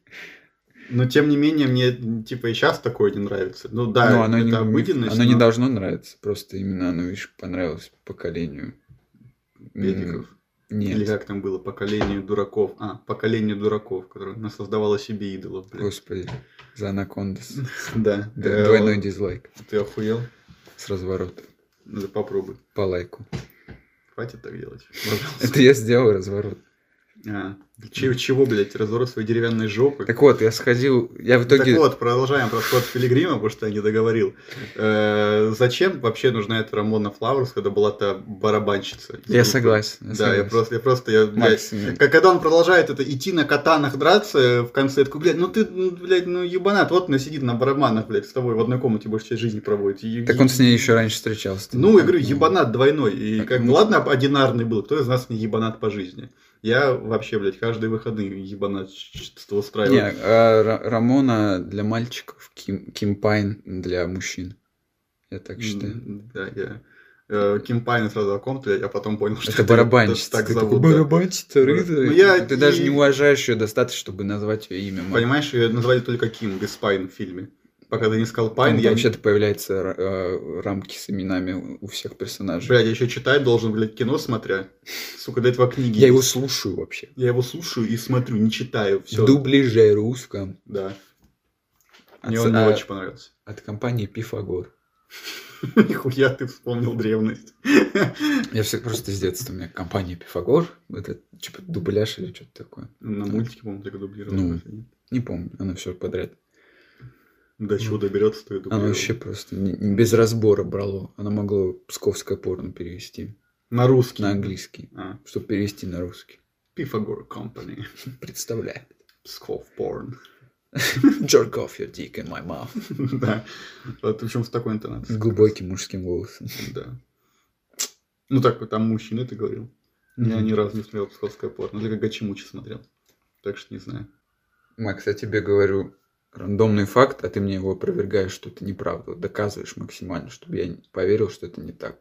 S2: но тем не менее мне типа и сейчас такое не нравится. Ну да,
S3: Но оно
S2: это
S3: не,
S2: обыденность.
S3: оно не
S2: но-
S3: должно нравиться, просто именно оно, видишь, понравилось поколению. М,
S2: Педиков. Или
S3: Нет,
S2: как там было, поколение дураков. А, поколение дураков, которое нас создавало себе идолов. блин.
S3: господи, за анакондас.
S2: Да.
S3: Д-
S2: Э,
S3: Двойной
S2: вот
S3: дизлайк
S2: Ты охуел?
S3: с разворота
S2: Ну, да попробуй.
S3: по лайку.
S2: Хватит так делать. пожалуйста.
S3: Это я сделал разворот.
S2: А, че- Чего, блядь, разворот своей деревянной жопы?
S3: Так вот, я сходил, я в итоге...
S2: Так вот, продолжаем про сход Пилигрима, потому что я не договорил. Э, зачем вообще нужна эта Рамона Флауэрс, когда была та барабанщица?
S3: Я согласен.
S2: Да, я
S3: согласен.
S2: просто, я просто, я, блядь,
S3: Макс, нет.
S2: как- когда он продолжает это идти на катанах драться э, в конце, я такой, блядь, ну ты, ну, блядь, ну ебанат, вот она сидит на барабанах, блядь, с тобой в одной комнате больше часть жизни проводит. И-
S3: Так он с ней еще раньше встречался. ты
S2: Ну,
S3: не
S2: я говорю,
S3: так,
S2: ебанат двойной. И
S3: Так,
S2: как,
S3: ну-
S2: бы, ладно, одинарный был, кто из нас не ебанат по жизни? Я вообще, блядь, каждые выходные ебанат устраиваю.
S3: Не, а, Ра- Рамона для мальчиков, Ким, Ким Пайн для мужчин. Я так считаю.
S2: М, Да, я... э, Ким Пайн сразу о ком-то, я потом понял, что
S3: Это
S2: её
S3: барабанщица.
S2: так
S3: Ты
S2: зовут.
S3: такой,
S2: да.
S3: барабанщица,
S2: Бар-
S3: рыда».
S2: Ну, я
S3: Ты даже
S2: и-
S3: не уважаешь ее достаточно, чтобы назвать ее имя. Макс.
S2: Понимаешь, ее назвали только Ким, без Пайн в фильме. Пока ты не сказал
S3: Там
S2: Пайн, я... не-
S3: вообще-то появляются ра- э, рамки с именами у- у всех персонажей.
S2: Блядь, я еще читать должен, блядь, кино смотря. Сука, до этого книги.
S3: Я его
S2: есть.
S3: слушаю вообще.
S2: Я его слушаю и смотрю, не читаю. Все.
S3: В дубляже русском.
S2: Да.
S3: От,
S2: Мне он не
S3: а-
S2: очень понравился.
S3: от компании Пифагор.
S2: Нихуя ты вспомнил древность.
S3: Я все просто с детства. У меня компания Пифагор. Это типа дубляж или что-то такое.
S2: На мультике, по-моему, так дублировал.
S3: Ну. Не помню. Она все подряд.
S2: До чего доберется, то и
S3: Ну. Она
S2: дублировал.
S3: вообще просто не- не- без разбора брало. Она могла псковское порно перевести
S2: На русский.
S3: на английский,
S2: А,
S3: чтобы перевести на русский.
S2: Пифагор Company.
S3: Представляю.
S2: Псков Порн.
S3: Jerk off your dick in my mouth.
S2: Да. Вот, Причем с такой
S3: С
S2: интонацией.
S3: глубоким мужским голосом.
S2: Да. Ну так, вот там мужчины ты говорил. Я
S3: Мгм.
S2: ни разу не смотрел псковское порно. Только Гачимучи смотрел. Так что не знаю.
S3: Макс, я тебе говорю рандомный факт, а ты мне его опровергаешь, что это неправда. Вот Доказываешь максимально, чтобы я не поверил, что это не так.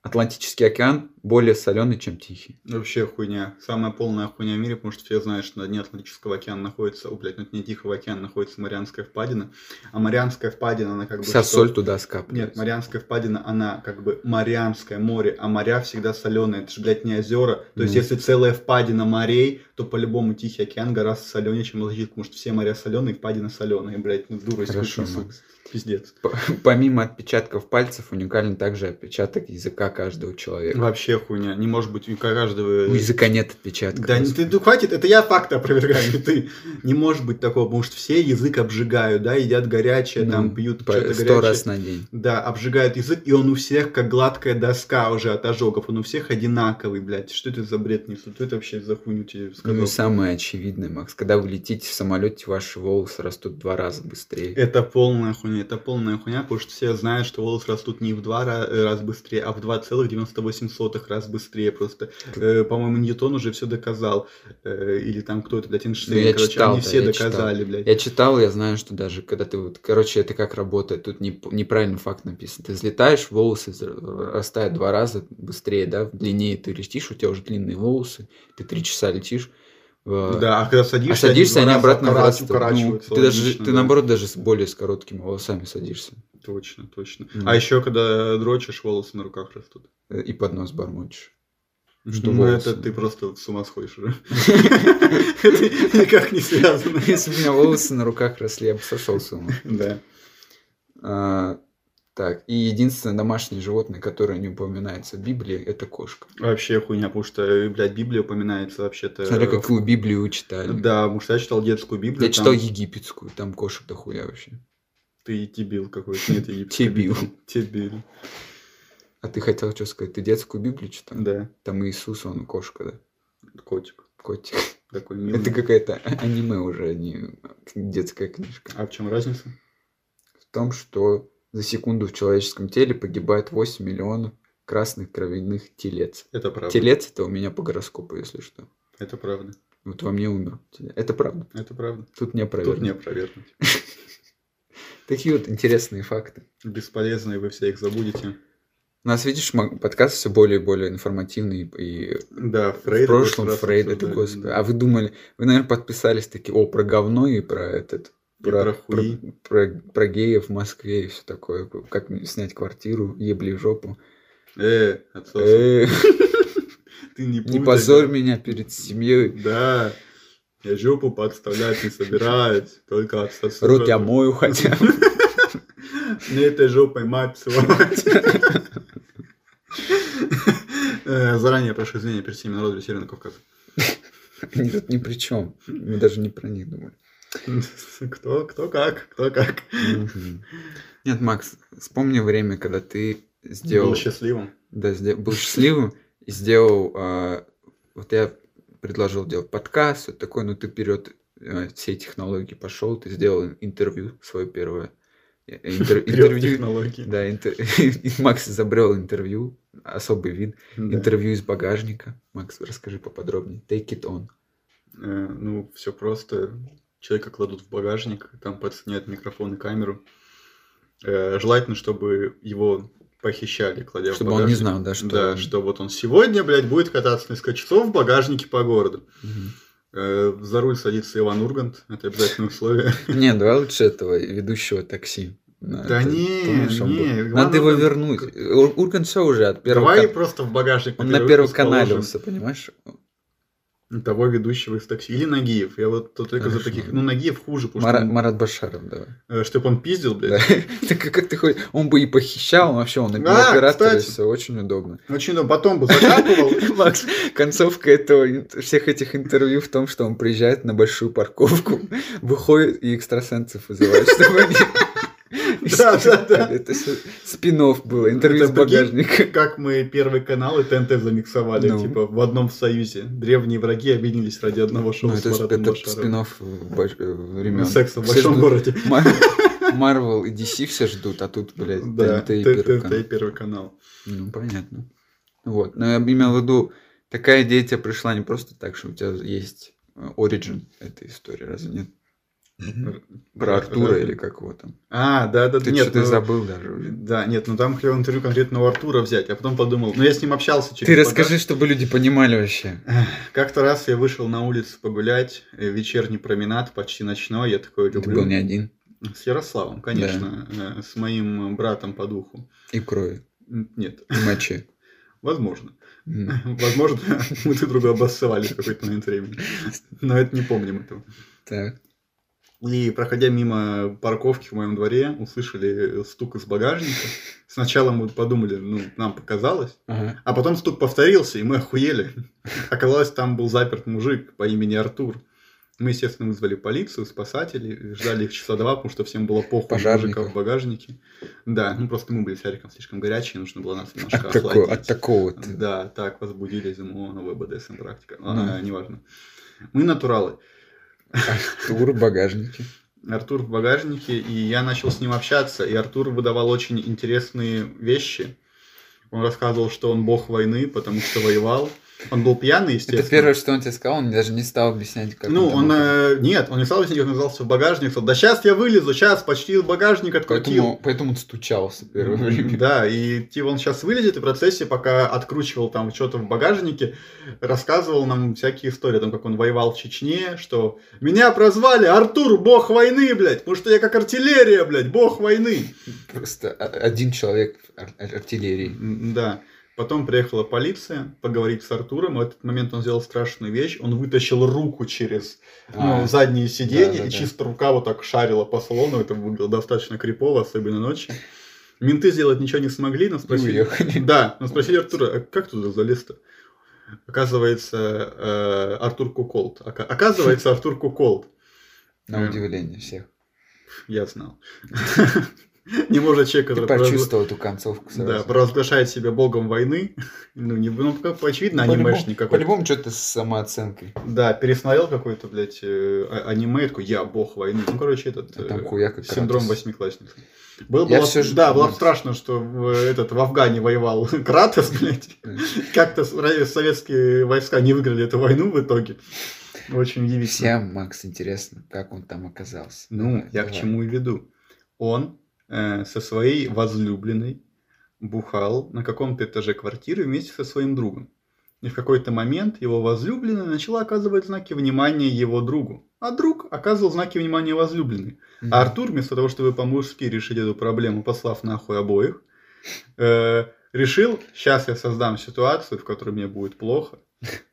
S3: Атлантический океан более соленый, чем Тихий.
S2: Вообще хуйня. Самая полная хуйня в мире, потому что все знают, что на дне Атлантического океана находится, о, блядь, на дне Тихого океана находится Марианская впадина. А Марианская впадина, она как бы...
S3: Вся
S2: что-
S3: соль туда
S2: Нет,
S3: скапливается.
S2: Марианская впадина, она как бы Марианское море, а моря всегда соленые, это же, блядь, не озера. То есть,
S3: Ну.
S2: если целая впадина морей, то по-любому Тихий океан гораздо соленее, чем Атлантик, потому что все моря соленые, впадина соленые, блядь, ну дурость.
S3: Хорошо,
S2: какую-то
S3: Макс.
S2: несу. Пиздец.
S3: П- Помимо отпечатков пальцев уникален также отпечаток языка каждого человека.
S2: Вообще хуйня, не может быть у каждого...
S3: У языка нет отпечатка.
S2: Э, Да, не-
S3: Господи.
S2: ты, ну, хватит, это я факты опровергаю, не ты. Не может быть такого, потому что все язык обжигают, да, едят горячее,
S3: Ну,
S2: там пьют
S3: по-
S2: что-то
S3: Сто
S2: горячее.
S3: раз на день.
S2: Да, обжигают язык, и он у всех как гладкая доска уже от ожогов, он у всех одинаковый, блядь. Что это за бред несут? Что это вообще за хуйню тебе
S3: Ну
S2: сказал?
S3: и самое очевидное, Макс, когда вы летите в самолете, ваши волосы растут в два раза быстрее.
S2: Это полная хуйня, это полная хуйня, потому что все знают, что волосы растут не в два ра- раз быстрее, а в 2,98 раз быстрее просто. Э, по-моему, Ньютон уже все доказал. Э, или там кто это, блядь, Эйнштейн,
S3: Ну, я
S2: короче,
S3: читал,
S2: они
S3: да,
S2: все
S3: я читал.
S2: доказали, блядь.
S3: Я читал, я знаю, что даже когда ты вот, короче, это как работает, тут не, неправильно факт написан. Ты взлетаешь, волосы взр- растают в два раза быстрее, да, длиннее ты летишь, у тебя уже длинные волосы, ты три часа летишь, в-
S2: Да, а когда
S3: А
S2: садишься,
S3: садишься,
S2: два
S3: они
S2: раза
S3: обратно
S2: укора-
S3: вырастают. Ну,
S2: укорачиваются.
S3: ты даже,
S2: логично,
S3: ты
S2: да.
S3: наоборот даже с более с короткими волосами садишься
S2: Точно, точно.
S3: Мгм.
S2: А еще, когда дрочишь, волосы на руках растут.
S3: э, и под нос бормочешь. Что
S2: Что ну,
S3: волосы?
S2: это ты просто с ума сходишь уже. Это никак не связано.
S3: Если бы у меня волосы на руках росли, я бы сошел с ума.
S2: Да.
S3: А, Так, и единственное домашнее животное, которое не упоминается в Библии, это кошка.
S2: Вообще хуйня, потому что, блядь, Библия упоминается вообще-то.
S3: Смотря какую Библию вы читали.
S2: Да, потому что я читал детскую Библию.
S3: Я
S2: там
S3: читал египетскую, там кошек дохуя вообще.
S2: Ты дебил какой-то. Нет, египетской
S3: Тебил.
S2: Библии. Тебил.
S3: А ты хотел что сказать? Ты детскую Библию читал?
S2: Да,
S3: Там Иисус, он кошка, да?
S2: котик.
S3: Котик.
S2: Такой милый.
S3: Это какая-то а- аниме уже, а не детская книжка.
S2: А в чем разница?
S3: В том, что за секунду в человеческом теле погибает 8 миллионов красных кровяных телец.
S2: Это правда.
S3: Телец это у меня по гороскопу, если что.
S2: Это правда.
S3: Вот во мне умер. телец. Это правда.
S2: Это правда.
S3: Тут не
S2: Тут не
S3: опровергнуть.
S2: опровергнуть.
S3: Такие вот интересные факты.
S2: Бесполезные, вы все их забудете.
S3: У нас, видишь, ма- подкаст все более и более информативный и
S2: Да, Фрейд.
S3: в прошлом Фрейд, это господи. А вы думали, вы, наверное, подписались такие, о, про говно и про этот,
S2: про хуи.
S3: про- про- про геев в Москве и все такое, как мне снять квартиру, ебли в жопу.
S2: Э, отсос.
S3: Э,
S2: Ты не
S3: Не
S2: путай.
S3: позорь меня перед семьей,
S2: Да. Я жопу подставлять не собираюсь, только отсосу.
S3: рот я мою хотя бы.
S2: Мне этой жопой мать целовать. Э, Заранее прошу извинения перед всеми народами Северного Кавказа.
S3: Они тут ни при чем. Мы даже не про них думали.
S2: Кто, кто как, кто как.
S3: Мгм. Нет, Макс, вспомни время, когда ты сделал...
S2: Был счастливым.
S3: Да, сде- был счастливым и сделал... а, вот я предложил делать подкаст, вот такой, но ты вперед э, всей технологии пошел, ты сделал интервью свое первое. Э, э, интер-
S2: Вперед
S3: интервью,
S2: технологии.
S3: да, интер- и Макс изобрел интервью, особый вид.
S2: Да.
S3: Интервью из багажника. Макс, расскажи поподробнее. Take it on.
S2: Э, Ну, все просто. Человека кладут в багажник, там подсоединяют микрофон и камеру. Э, Желательно, чтобы его похищали, кладя
S3: Чтобы
S2: в
S3: он не
S2: багажник.
S3: знал, да, что...
S2: Да, что вот он сегодня, блядь, будет кататься несколько часов в багажнике по городу.
S3: Мгм.
S2: Э, За руль садится Иван Ургант, это обязательное условие.
S3: Не, давай лучше этого ведущего такси. На,
S2: Да
S3: А ты
S2: не,
S3: помнишь, он
S2: не,
S3: был?
S2: Иван
S3: Надо его
S2: Ургант-
S3: вернуть. Ур- Ургант все уже от первого...
S2: Давай
S3: кан-
S2: просто в багажник.
S3: Он на
S2: первый
S3: первом
S2: выпуск
S3: канале
S2: положим.
S3: уже, понимаешь?
S2: Того ведущего из такси. Или Нагиев. Я вот тут только за
S3: Хорошо.
S2: таких... Ну, Нагиев хуже,
S3: Мара-
S2: потому
S3: Марат Башаров, давай.
S2: что... Чтобы он пиздил,
S3: Да.
S2: блядь.
S3: Так как ты хоть... Он бы и похищал, вообще, он и
S2: Да,
S3: оператор,
S2: кстати.
S3: все очень удобно.
S2: Очень ну, потом бы закапывал.
S3: Макс, концовка этого, ин- всех этих интервью в том, что он приезжает на большую парковку, выходит и экстрасенсов вызывает, чтобы они...
S2: Да, да, да.
S3: Это всё спин-офф было, интервью
S2: Это
S3: с
S2: прикинь,
S3: багажника.
S2: типа, Как мы Первый канал и ТНТ замиксовали,
S3: Ну.
S2: типа, в одном союзе. Древние враги объединились ради одного шоу
S3: Ну, это,
S2: с
S3: ж-
S2: Маратом
S3: это
S2: Башаровым.
S3: спин-офф больш- э, времен.
S2: Секса в
S3: Все
S2: большом
S3: ждут-
S2: городе.
S3: Мар- Марвел и DC все ждут, а тут, блядь,
S2: Да,
S3: ТНТ и
S2: ТНТ
S3: Первый
S2: и
S3: канал.
S2: Первый канал.
S3: Ну, понятно. Вот, но я имел в виду, такая идея тебе пришла не просто так, что у тебя есть э, оригин этой истории, разве нет? Про Артура
S2: Разве?
S3: или как его там.
S2: А, да, да, да.
S3: Ты
S2: Нет,
S3: что-то
S2: ну,
S3: забыл даже. блин.
S2: Да, нет, ну там хотел интервью конкретно у Артура взять, а потом подумал, ну я с ним общался через
S3: Ты
S2: багаж.
S3: расскажи, чтобы люди понимали вообще.
S2: Как-то раз я вышел на улицу погулять, э, вечерний променад, почти ночной, я такой
S3: Ты
S2: люблю.
S3: был не один.
S2: С Ярославом, конечно, э, с моим братом по духу.
S3: И крови,
S2: М, Нет,
S3: и мочи.
S2: возможно.
S3: М.
S2: Возможно, мы друг друга обоссывались в какой-то момент времени. Но это не помним этого.
S3: Так.
S2: И проходя мимо парковки в моем дворе, услышали стук из багажника. Сначала мы подумали, ну, нам показалось.
S3: Ага.
S2: А потом стук повторился, и мы охуели. Оказалось, там был заперт мужик по имени Артур. Мы, естественно, вызвали полицию, спасателей, ждали их часа два, потому что всем было похуй на мужика
S3: Пожарников.
S2: в багажнике. Да, ну просто мы были с Яриком слишком горячие, нужно было нас немножко
S3: От, тако- от
S2: охладить.
S3: такого ты.
S2: Да, так, возбудили ЗМО, новая БДСМ практика.
S3: Да.
S2: А, неважно. Мы натуралы.
S3: Тур в багажнике.
S2: Артур в багажнике, и я начал с ним общаться, и Артур выдавал очень интересные вещи. Он рассказывал, что он бог войны, потому что воевал, Он был пьяный, естественно.
S3: Это первое, что он тебе сказал, он даже не стал объяснять, как
S2: Ну,
S3: там
S2: он...
S3: это.
S2: э, нет, он не стал объяснять, он оказался в багажник. Сказал, да сейчас я вылезу, сейчас почти багажник открутил.
S3: Поэтому, поэтому он стучался первое время.
S2: Да, и типа он сейчас вылезет, и в процессе, пока откручивал там что-то в багажнике, рассказывал нам всякие истории, там, как он воевал в Чечне, что «Меня прозвали Артур, бог войны, блядь, потому что я как артиллерия, блядь, бог войны».
S3: Просто о- один человек ар- ар- артиллерии.
S2: М, Да. Потом приехала полиция поговорить с Артуром. В этот момент он сделал страшную вещь. Он вытащил руку через ну,
S3: А,
S2: заднее сиденье, и
S3: да-да-да.
S2: чисто рука вот так шарила по салону. Это выглядело достаточно крипово, особенно ночью. Менты сделать ничего не смогли, но
S3: И
S2: спросили,
S3: уехали.
S2: Да, но спросили Артура, а как туда залез-то? Оказывается, э, Артур Куколд. Ока- Оказывается, Артур Куколд.
S3: На удивление всех.
S2: Я знал. Не может человек,
S3: Ты
S2: который провозгла-
S3: почувствовал эту концовку
S2: да,
S3: сразу.
S2: провозглашает себя богом войны. Ну, не, ну, пока очевидно,
S3: По-любому-
S2: анимешник какой-то.
S3: По-любому что-то с самооценкой.
S2: Да, пересмотрел какой-то, блядь, э, а- аниме, такой, я бог войны. Ну, короче, этот...
S3: А там
S2: э,
S3: хуя как
S2: Синдром
S3: Кратос.
S2: восьмиклассницы. Был,
S3: Я
S2: было-
S3: всё ж- ну,
S2: да, было б страшно, что в, э, этот в Афгане воевал Кратос, блядь.
S3: Э.
S2: Как-то с- ра- советские войска не выиграли эту войну в итоге. Очень удивительно.
S3: Всем, Макс, интересно, как он там оказался.
S2: Ну,
S3: Давай,
S2: я к
S3: давай.
S2: чему и веду. Он э, со своей возлюбленной бухал на каком-то этаже квартиры вместе со своим другом. И в какой-то момент его возлюбленная начала оказывать знаки внимания его другу. А друг оказывал знаки внимания возлюбленной.
S3: Мгм.
S2: А Артур, вместо того, чтобы по-мужски решить эту проблему, послав нахуй обоих, э, решил, сейчас я создам ситуацию, в которой мне будет плохо,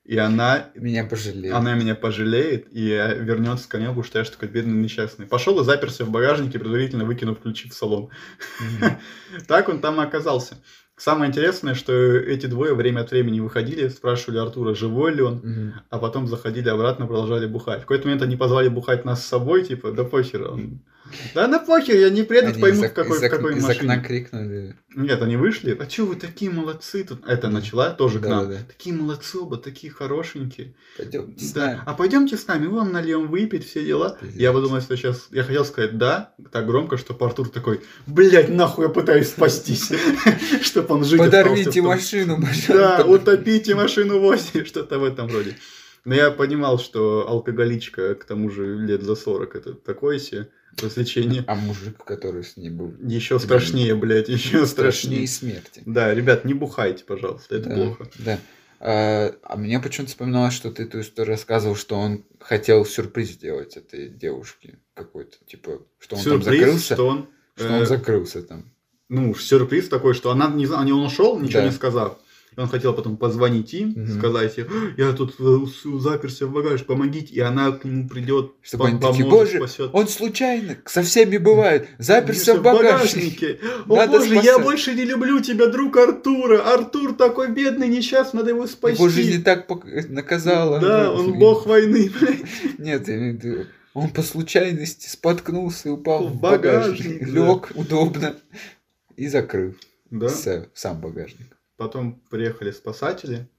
S2: и она,
S3: Меня пожалели.
S2: она меня пожалеет, и я вернется ко мне, потому что я же такой бедный несчастный. Пошел и заперся в багажнике, предварительно выкинув ключи в салон.
S3: Мгм.
S2: Так он там и оказался. Самое интересное, что эти двое время от времени выходили, спрашивали Артура, живой ли он,
S3: Мгм.
S2: а потом заходили обратно, продолжали бухать. В какой-то момент они позвали бухать нас с собой, типа, да похер. он». Да на похер, я не приеду,
S3: Они
S2: пойму,
S3: из
S2: в
S3: ок-
S2: какой,
S3: из
S2: в
S3: ок-
S2: какой
S3: из
S2: машине.
S3: окна крикнули.
S2: Нет, они вышли, а чё вы такие молодцы тут? Это
S3: Да.
S2: начала тоже к нам.
S3: Да-да-да.
S2: Такие молодцы оба, такие хорошенькие.
S3: Пойдем,
S2: Да. А пойдемте с нами, вон нальем выпить, все дела. Я подумал, что сейчас... Я хотел сказать «да» так громко, что Артур такой, блядь, нахуй я пытаюсь спастись, чтобы он жить остался
S3: Подорвите
S2: в том-
S3: машину,
S2: да,
S3: пожалуйста.
S2: утопите машину в озере, что-то в этом роде. Но я понимал, что алкоголичка, к тому же лет за 40, это такое себе развлечение.
S3: А мужик, который с ней был.
S2: Еще страшнее, блядь, еще
S3: Страшнее
S2: страшнее.
S3: смерти.
S2: Да, ребят, не бухайте, пожалуйста, это
S3: Да,
S2: плохо.
S3: Да. А а мне почему-то вспоминалось, что ты эту историю рассказывал, что он хотел сюрприз сделать этой девушке какой-то. Типа, что он там
S2: Сюрприз,
S3: закрылся.
S2: что он...
S3: что он
S2: э,
S3: закрылся там.
S2: Ну, уж сюрприз такой, что она не знала, он ушел, ничего
S3: Да.
S2: не сказав. И он хотел потом позвонить им,
S3: Мгм.
S2: сказать им, я тут э, с- заперся в багаж, помогите, и она к нему придет,
S3: Чтобы они такие, «Боже,
S2: спасет.
S3: Он случайно, со всеми бывает, заперся
S2: Заперся
S3: в багажнике.
S2: О
S3: Надо
S2: боже, я
S3: спасать.
S2: больше не люблю тебя, друг Артура. Артур такой бедный, несчастный, надо его спасти.
S3: Его жизнь и так пок- наказала. ну,
S2: Да, он бог войны, блядь.
S3: Нет, я имею в виду, он по случайности споткнулся и упал
S2: Ну, В
S3: в багажник,
S2: багажник, да.
S3: лег удобно и закрыл
S2: Да.
S3: са- сам багажник.
S2: Потом приехали спасатели.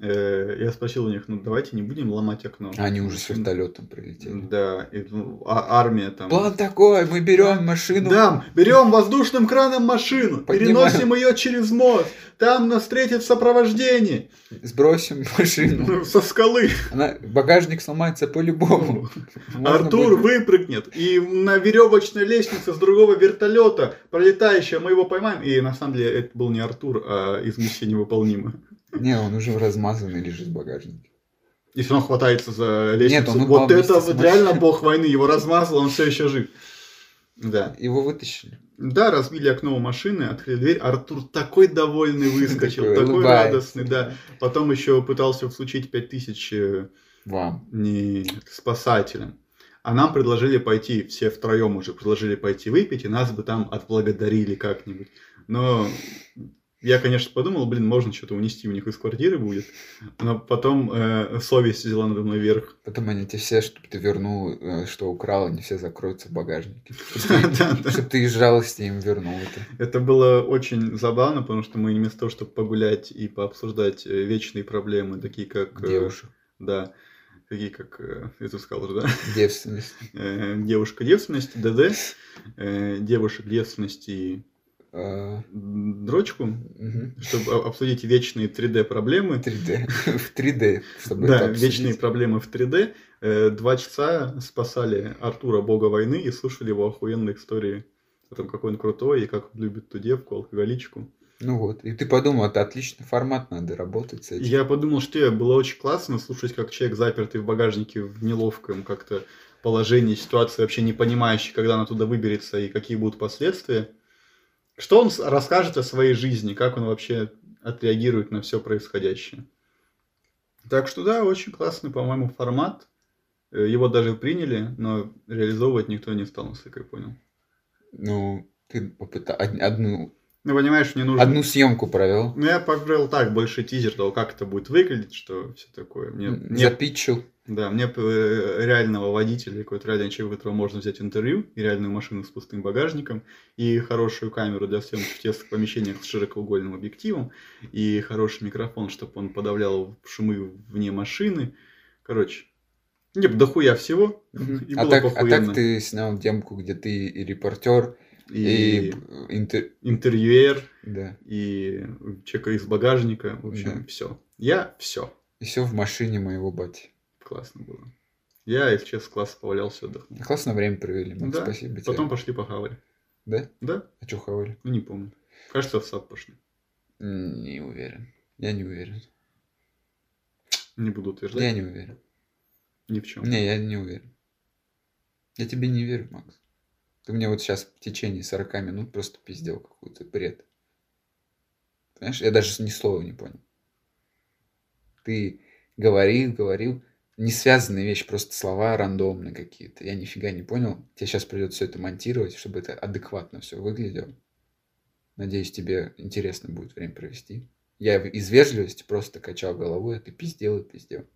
S2: Э, Я спросил у них, ну давайте не будем ломать окно.
S3: А Они уже с вертолетом прилетели.
S2: Да, и, ну, а- армия там.
S3: План такой, мы берем машину.
S2: Да, берем воздушным краном машину,
S3: Поднимаем.
S2: переносим ее через мост, там нас встретит сопровождение
S3: Сбросим машину.
S2: Ну, со скалы.
S3: Она, багажник сломается по-любому. Можно
S2: Ну, Артур
S3: будет-
S2: выпрыгнет, и на веревочной лестнице с другого вертолета, пролетающая, мы его поймаем. И на самом деле это был не Артур, а из миссии невыполнима.
S3: Не, он уже размазанный лежит в багажнике.
S2: Если он хватается за лестницу,
S3: он упал
S2: вот это
S3: вместе с
S2: вот реально
S3: машиной.
S2: бог войны, его размазал, он все еще жив. Да.
S3: Его вытащили.
S2: Да, разбили окно у машины, открыли дверь. Артур такой довольный выскочил,
S3: Такой
S2: такой
S3: улыбается.
S2: радостный, да. Потом еще пытался всучить 5000 э,
S3: Вам.
S2: не спасателям. А нам предложили пойти, все втроем уже предложили пойти выпить, и нас бы там отблагодарили как-нибудь. Но я, конечно, подумал, блин, можно что-то унести у них из квартиры будет. Но потом э, совесть взяла надо мной вверх.
S3: Потом они те все, чтобы ты вернул, э, что украл, они все закроются в багажнике.
S2: Да, да.
S3: Чтобы ты из жалости им вернул это.
S2: Это было очень забавно, потому что мы вместо того, чтобы погулять и пообсуждать э, вечные проблемы, такие как... э,
S3: Девушек.
S2: Да, такие как... э, Я тут сказал уже, да?
S3: Девственность.
S2: Э, Девушка-девственность, ДД, э, девушек девственности
S3: э,
S2: Дрочку,
S3: мгм,
S2: чтобы о- обсудить вечные 3D-проблемы.
S3: 3D. В 3D, чтобы
S2: Да,
S3: это обсудить.
S2: вечные проблемы в 3D. Э, Два часа спасали Артура, бога войны, и слушали его охуенные истории о том, какой он крутой и как он любит ту девку, алкоголичку.
S3: Ну вот. И ты подумал, это отличный формат, надо работать с
S2: И
S3: этим.
S2: Я подумал, что э, было очень классно слушать, как человек запертый в багажнике в неловком как-то положении, ситуации, вообще не понимающий, когда он оттуда выберется и какие будут последствия. Что он с- расскажет о своей жизни, как он вообще отреагирует на все происходящее. Так что да, очень классный, по-моему, формат. Э, Его даже приняли, но реализовывать никто не стал, насколько я понял.
S3: Ну, ты попыта... од- одну,
S2: Ну, понимаешь, мне нужно...
S3: одну съемку провел,
S2: Ну, я поправил так, больше тизер того, как это будет выглядеть, что все такое. Мне,
S3: м,
S2: мне
S3: запитчил.
S2: Да, мне б, э, реального водителя, какой-то реального человека, у которого можно взять интервью, и реальную машину с пустым багажником, и хорошую камеру для съемки в тесных помещениях с широкоугольным объективом, и хороший микрофон, чтобы он подавлял шумы вне машины. Короче, не б дохуя всего,
S3: Мгм.
S2: и
S3: А
S2: было
S3: так, а
S2: похуенно.
S3: так ты снял демку, где ты и репортер, и,
S2: и
S3: интер-
S2: интервьюер,
S3: Да.
S2: и человека из багажника, в общем,
S3: Да.
S2: все. Я все.
S3: И все в машине моего бати.
S2: Классно было. Я, если честно, классно повалялся, отдохнул.
S3: Классно время провели, Макс,
S2: Да.
S3: спасибо тебе.
S2: Потом пошли похавали.
S3: Да?
S2: Да?
S3: А чё хавали?
S2: Ну, не помню. Кажется, в САП пошли.
S3: М, Не уверен. Я не уверен.
S2: Не буду
S3: Я
S2: утверждать.
S3: не уверен.
S2: Ни в чем.
S3: Не, я не уверен. Я тебе не верю, Макс. Ты мне вот сейчас в течение 40 минут просто пиздел какой-то бред. Понимаешь, я даже ни слова не понял. Ты говорил, говорил, не связанные вещи, просто слова рандомные какие-то. Я нифига не понял. Тебе сейчас придется все это монтировать, чтобы это адекватно все выглядело. Надеюсь, тебе интересно будет время провести. Я в- из вежливости просто качал головой, а ты пиздел и пиздел.